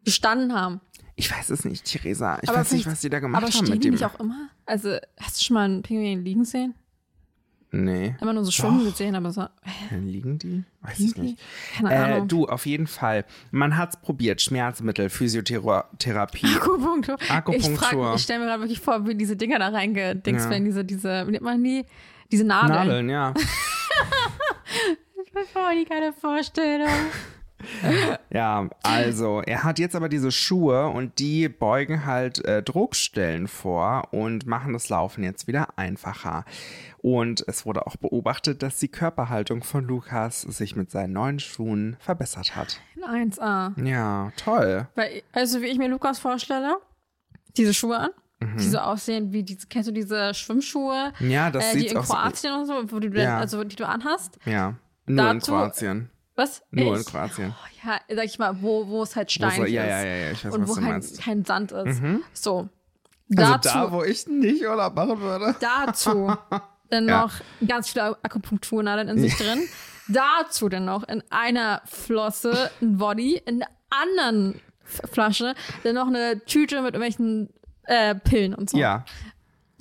B: bestanden haben.
A: Ich weiß es nicht, Theresa. Ich
B: Aber
A: weiß nicht,
B: vielleicht-
A: was die da gemacht
B: Aber
A: haben
B: stehen
A: mit
B: die
A: dem.
B: nicht auch immer? Also, hast du schon mal einen Pinguin liegen sehen?
A: nee.
B: Immer nur so schwimmen gesehen, aber so. Hä?
A: Liegen die? Weiß ich
B: Liegen die?
A: nicht.
B: Keine
A: Äh,
B: Ahnung.
A: du, auf jeden Fall. Man hat's probiert. Schmerzmittel, Physiotherapie.
B: Akupunktur. Ich,
A: Akupunktur.
B: frag- ich stelle mir gerade wirklich vor, wie diese Dinger da reingedingst
A: Ja.
B: werden, diese, diese, wie nennt man die? Diese Nadeln.
A: Nadeln, ja.
B: Ich kann mir die keine Vorstellung.
A: Ja, also er hat jetzt aber diese Schuhe und die beugen halt äh, Druckstellen vor und machen das Laufen jetzt wieder einfacher. Und es wurde auch beobachtet, dass die Körperhaltung von Lukas sich mit seinen neuen Schuhen verbessert hat.
B: In 1a.
A: Ja, toll.
B: Weil, also wie ich mir Lukas vorstelle, diese Schuhe an, die so aussehen wie diese, kennst du diese Schwimmschuhe,
A: Mhm. Ja, das
B: äh, die
A: sieht's
B: in
A: auch so.
B: Kroatien und so, wo du,
A: Ja.
B: also die du anhast?
A: Ja, nur in
B: Dazu-
A: Kroatien.
B: Was?
A: Nur
B: Ich-
A: in Kroatien.
B: Oh, ja, sag ich mal, wo, wo es halt
A: Wo so,
B: steinig
A: ja,
B: ist.
A: ja, ja, ja, ich weiß,
B: und
A: was
B: wo
A: du
B: kein,
A: meinst. Mhm.
B: kein Sand ist.
A: Also
B: So. Dazu,
A: da, wo ich nicht Urlaub machen würde. [laughs]
B: dazu dann
A: Ja.
B: noch ganz viele Akupunkturnadeln in sich drin. Dazu dann noch in einer Flosse ein Body, in der anderen F- Flasche dann noch eine Tüte mit irgendwelchen äh, Pillen und so.
A: Ja,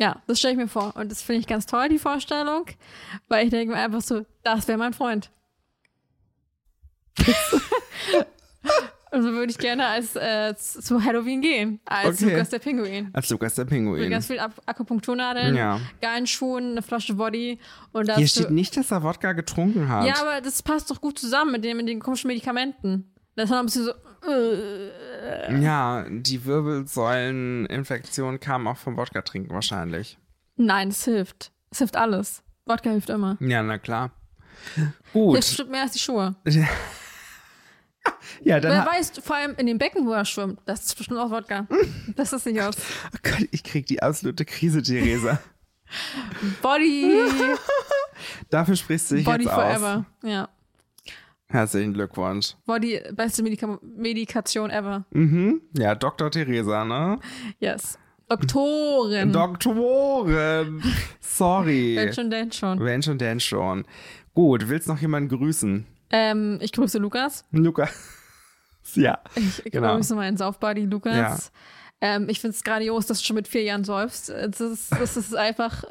B: Ja, das stelle ich mir vor. Und das finde ich ganz toll, die Vorstellung, weil ich denke mir einfach so, das wäre
A: [laughs]
B: mein Freund. Und so Also würde ich gerne als äh, z- zu Halloween gehen, als
A: Okay.
B: Lukas der Pinguin.
A: als Lukas der
B: Mit
A: Pinguin.
B: ganz viel Ak- Akupunkturnadeln,
A: Ja.
B: geilen Schuhen, eine Flasche Body und
A: Hier
B: dazu.
A: steht nicht, dass er Wodka getrunken hat.
B: Ja, aber das passt doch gut zusammen mit den, mit den komischen Medikamenten. Das ist noch ein bisschen so. Äh,
A: Ja, die Wirbelsäuleninfektion kam auch vom Wodka trinken wahrscheinlich.
B: nein, es hilft. Es hilft alles. Wodka hilft immer.
A: Ja, na klar.
B: Es
A: Gut.
B: stimmt mehr als die Schuhe.
A: [laughs] Ja, dann
B: Wer
A: ha-
B: weiß, vor allem in dem Becken, wo er schwimmt, das ist bestimmt auch Wodka.
A: [laughs]
B: Das ist nicht aus.
A: oh Gott, ich krieg die absolute Krise, Theresa.
B: Body,
A: Dafür sprichst du dich
B: Body
A: jetzt aus.
B: forever. Ja.
A: Herzlichen Glückwunsch.
B: Body, beste Medika Medikation ever.
A: Mhm. Ja, Dr. Theresa, ne?
B: Yes. Doktorin.
A: Doktoren.
B: [laughs] Wenn
A: Sorry.
B: schon, denn schon.
A: Wenn schon, denn schon. Gut, willst noch jemanden grüßen?
B: Ähm, ich grüße Lukas.
A: Luca. [laughs] ja.
B: Ich
A: Genau.
B: grüße meinen Saufbuddy Lukas. Ähm, ich finde es grandios, dass du schon mit vier Jahren säufst. Das ist, das ist einfach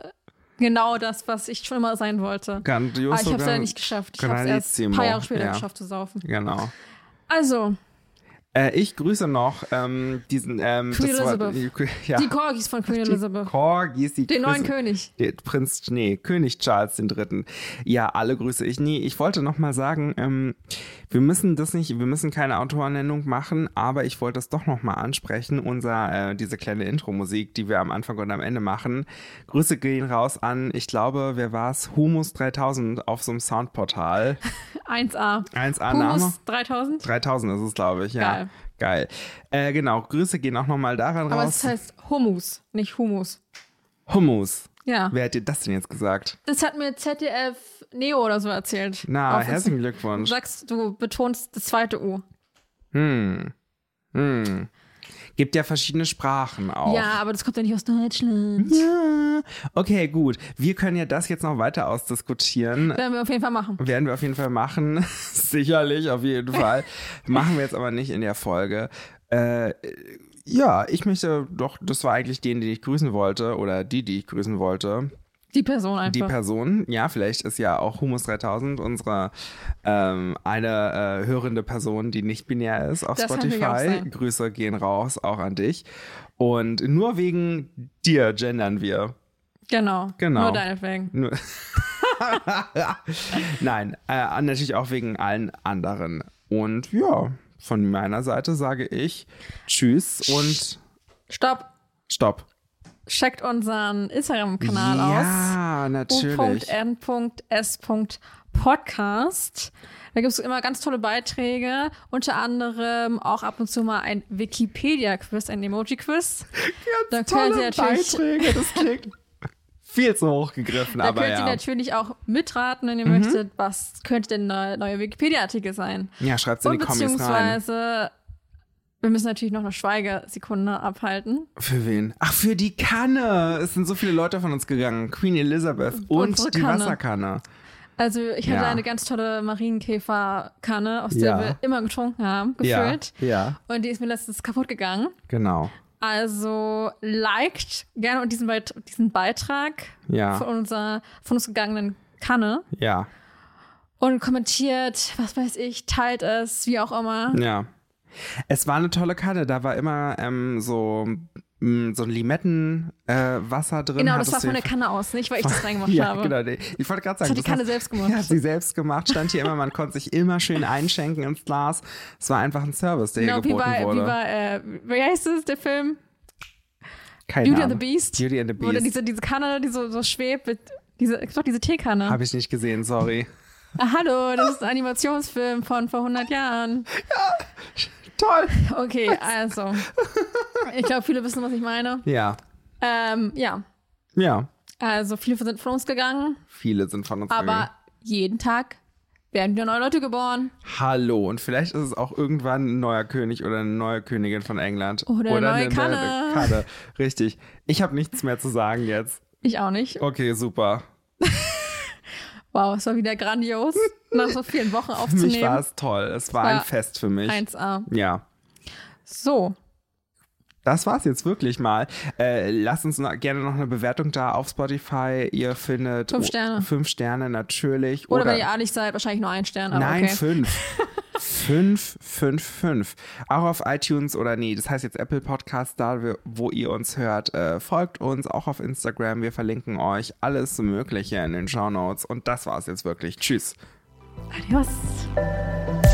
B: genau das, was ich schon immer sein wollte.
A: Grandios.
B: Aber Ah, ich habe es
A: sogar-
B: ja nicht geschafft. Ich habe es erst ein
A: Grandissimo.
B: paar Jahre später
A: Ja.
B: geschafft zu saufen.
A: Genau.
B: Also,
A: Äh, ich grüße noch ähm, diesen ähm,
B: Queen
A: das war-
B: Elizabeth.
A: [laughs] ja,
B: die Corgis von Queen Elizabeth.
A: Corgis, die
B: Den neuen
A: Grüße-
B: König.
A: der Prinz Schnee, König Charles III. Ja, alle grüße ich nie. Ich wollte noch mal sagen, ähm, wir müssen das nicht, wir müssen keine Autorennennung machen, aber ich wollte es doch noch mal ansprechen. Unser äh, diese kleine Intro-Musik, die wir am Anfang und am Ende machen. Grüße gehen raus an, ich glaube, wer war's? Humus 3000 auf so einem
B: [laughs]
A: Soundportal.
B: 1A.
A: 1 Annahme.
B: Humus 3000.
A: 3000 ist es, glaube ich. Ja,
B: Geil.
A: geil. Äh, genau. Grüße gehen auch noch mal daran
B: Aber es
A: raus.
B: halt heißt Hummus, nicht Humus.
A: Hummus.
B: Ja.
A: Wer hat dir das denn jetzt gesagt?
B: Das hat mir ZDF Neo oder so erzählt.
A: Na,
B: Auf
A: herzlichen
B: Instagram.
A: Glückwunsch.
B: Du sagst, du betonst das zweite U.
A: Gibt ja verschiedene Sprachen auch. Hm?
B: Ja, aber das kommt ja nicht aus Deutschland.
A: Ja. Okay, gut. Wir können ja das jetzt noch weiter ausdiskutieren.
B: Werden wir auf jeden Fall machen.
A: Werden wir auf jeden Fall machen. [laughs] Sicherlich, auf jeden Fall. machen wir jetzt aber nicht in der Folge. Äh, ja, ich möchte doch, das war eigentlich den, den ich grüßen wollte oder die, die ich grüßen wollte.
B: Die Person einfach.
A: Die Person, ja, vielleicht ist ja auch Humus 3000 unsere ähm, eine äh, hörende Person, die nicht binär ist auf
B: Das kann natürlich auch
A: Spotify.
B: sein.
A: Grüße gehen raus, auch an dich. Und nur wegen dir gendern wir.
B: genau.
A: Genau.
B: Nur deinetwegen.
A: Nur- Nein, äh, natürlich auch wegen allen anderen. Und ja, von meiner Seite sage ich Tschüss und
B: Stopp.
A: Stopp.
B: Checkt unseren Instagram-Kanal aus.
A: Ja, natürlich.
B: u.n.s.podcast. Da gibt es immer ganz tolle Beiträge, unter anderem auch ab und zu mal ein Wikipedia-Quiz, ein Emoji-Quiz. Da
A: Ganz
B: könnt
A: tolle
B: ihr natürlich- [laughs]
A: Beiträge, das klingt viel zu hoch gegriffen,
B: Da
A: aber
B: könnt ihr
A: ja. Mhm.
B: natürlich auch mitraten, wenn ihr möchtet, was könnte denn der neue Wikipedia-Artikel sein?
A: Ja, schreibt's in die
B: Und
A: Kommis rein.
B: beziehungsweise, wir müssen natürlich noch eine Schweigesekunde abhalten.
A: Für wen? Ach, für die Kanne. Es sind so viele Leute von uns gegangen. Queen Elizabeth und,
B: Unsere
A: die
B: Kanne.
A: Wasserkanne.
B: Also ich hatte
A: Ja.
B: eine ganz tolle Marienkäferkanne, aus
A: Ja.
B: der wir immer getrunken haben, gefüllt.
A: Ja, ja,
B: Und die ist mir letztens kaputt gegangen.
A: genau.
B: Also liked gerne und diesen, Beit diesen Beitrag
A: Ja,
B: von, unserer, von uns gegangenen Kanne
A: ja,
B: und kommentiert, was weiß ich, teilt es, wie auch immer.
A: ja. Es war eine tolle Kanne. Da war immer ähm, so, mh, so ein Limettenwasser äh, Wasser drin.
B: Genau, das war
A: Hattest du
B: von der
A: hier-
B: Kanne
A: [laughs]
B: aus, nicht weil ich das reingemacht
A: ja,
B: habe.
A: Genau. nee. Ich wollte gerade
B: Das
A: sagen,
B: hat die Kanne
A: hast-
B: selbst
A: [laughs]
B: gemacht.
A: Ja, hat sie selbst gemacht. Stand hier immer, man konnte sich immer schön einschenken ins Glas. Es war einfach ein Service, der
B: Genau,
A: hier
B: wie
A: geboten
B: bei, wie
A: wurde.
B: bei äh, wie heißt es, der Film?
A: Keine
B: Beauty and
A: Ahnung.
B: the Beast?
A: Beauty and the
B: Oder
A: Beast.
B: diese, diese Kanne, die so, so schwebt, mit, diese, doch diese Teekanne.
A: Habe ich nicht gesehen, sorry.
B: Ah, hallo, das ist ein Animationsfilm von vor 100 Jahren.
A: Toll.
B: Okay, also. Ich glaube, viele wissen, was ich meine.
A: Ja,
B: Ähm, ja,
A: ja.
B: also viele sind von uns gegangen,
A: Viele sind von uns gegangen.
B: aber jeden Tag werden wieder neue Leute geboren.
A: Hallo. Und vielleicht ist es auch irgendwann ein neuer König oder eine neue Königin von England.
B: Oder eine neue Kanne.
A: Kanne. Richtig. Ich habe nichts mehr zu sagen jetzt.
B: Ich auch nicht.
A: Okay, super.
B: Wow, es war wieder grandios, nach so vielen Wochen
A: Für mich war
B: aufzunehmen.
A: es toll. Es war,
B: war
A: ein Fest für mich.
B: 1A.
A: Ja.
B: So,
A: Das war's jetzt wirklich mal. Äh, lasst uns noch, gerne noch eine Bewertung da auf Spotify. Ihr findet
B: Fünf Sterne.
A: Fünf Sterne natürlich.
B: oder, wenn ihr artig seid, wahrscheinlich nur ein Stern. Aber
A: nein
B: okay.
A: fünf.
B: [laughs]
A: fünf, fünf, fünf. Auch auf iTunes oder nee. Das heißt jetzt Apple Podcast da, wir- wo ihr uns hört. Äh, folgt uns auch auf Instagram. Wir verlinken euch alles
B: Oh
A: Mögliche in den Show Notes. Und das war's jetzt wirklich. Tschüss.
B: Adios. [laughs]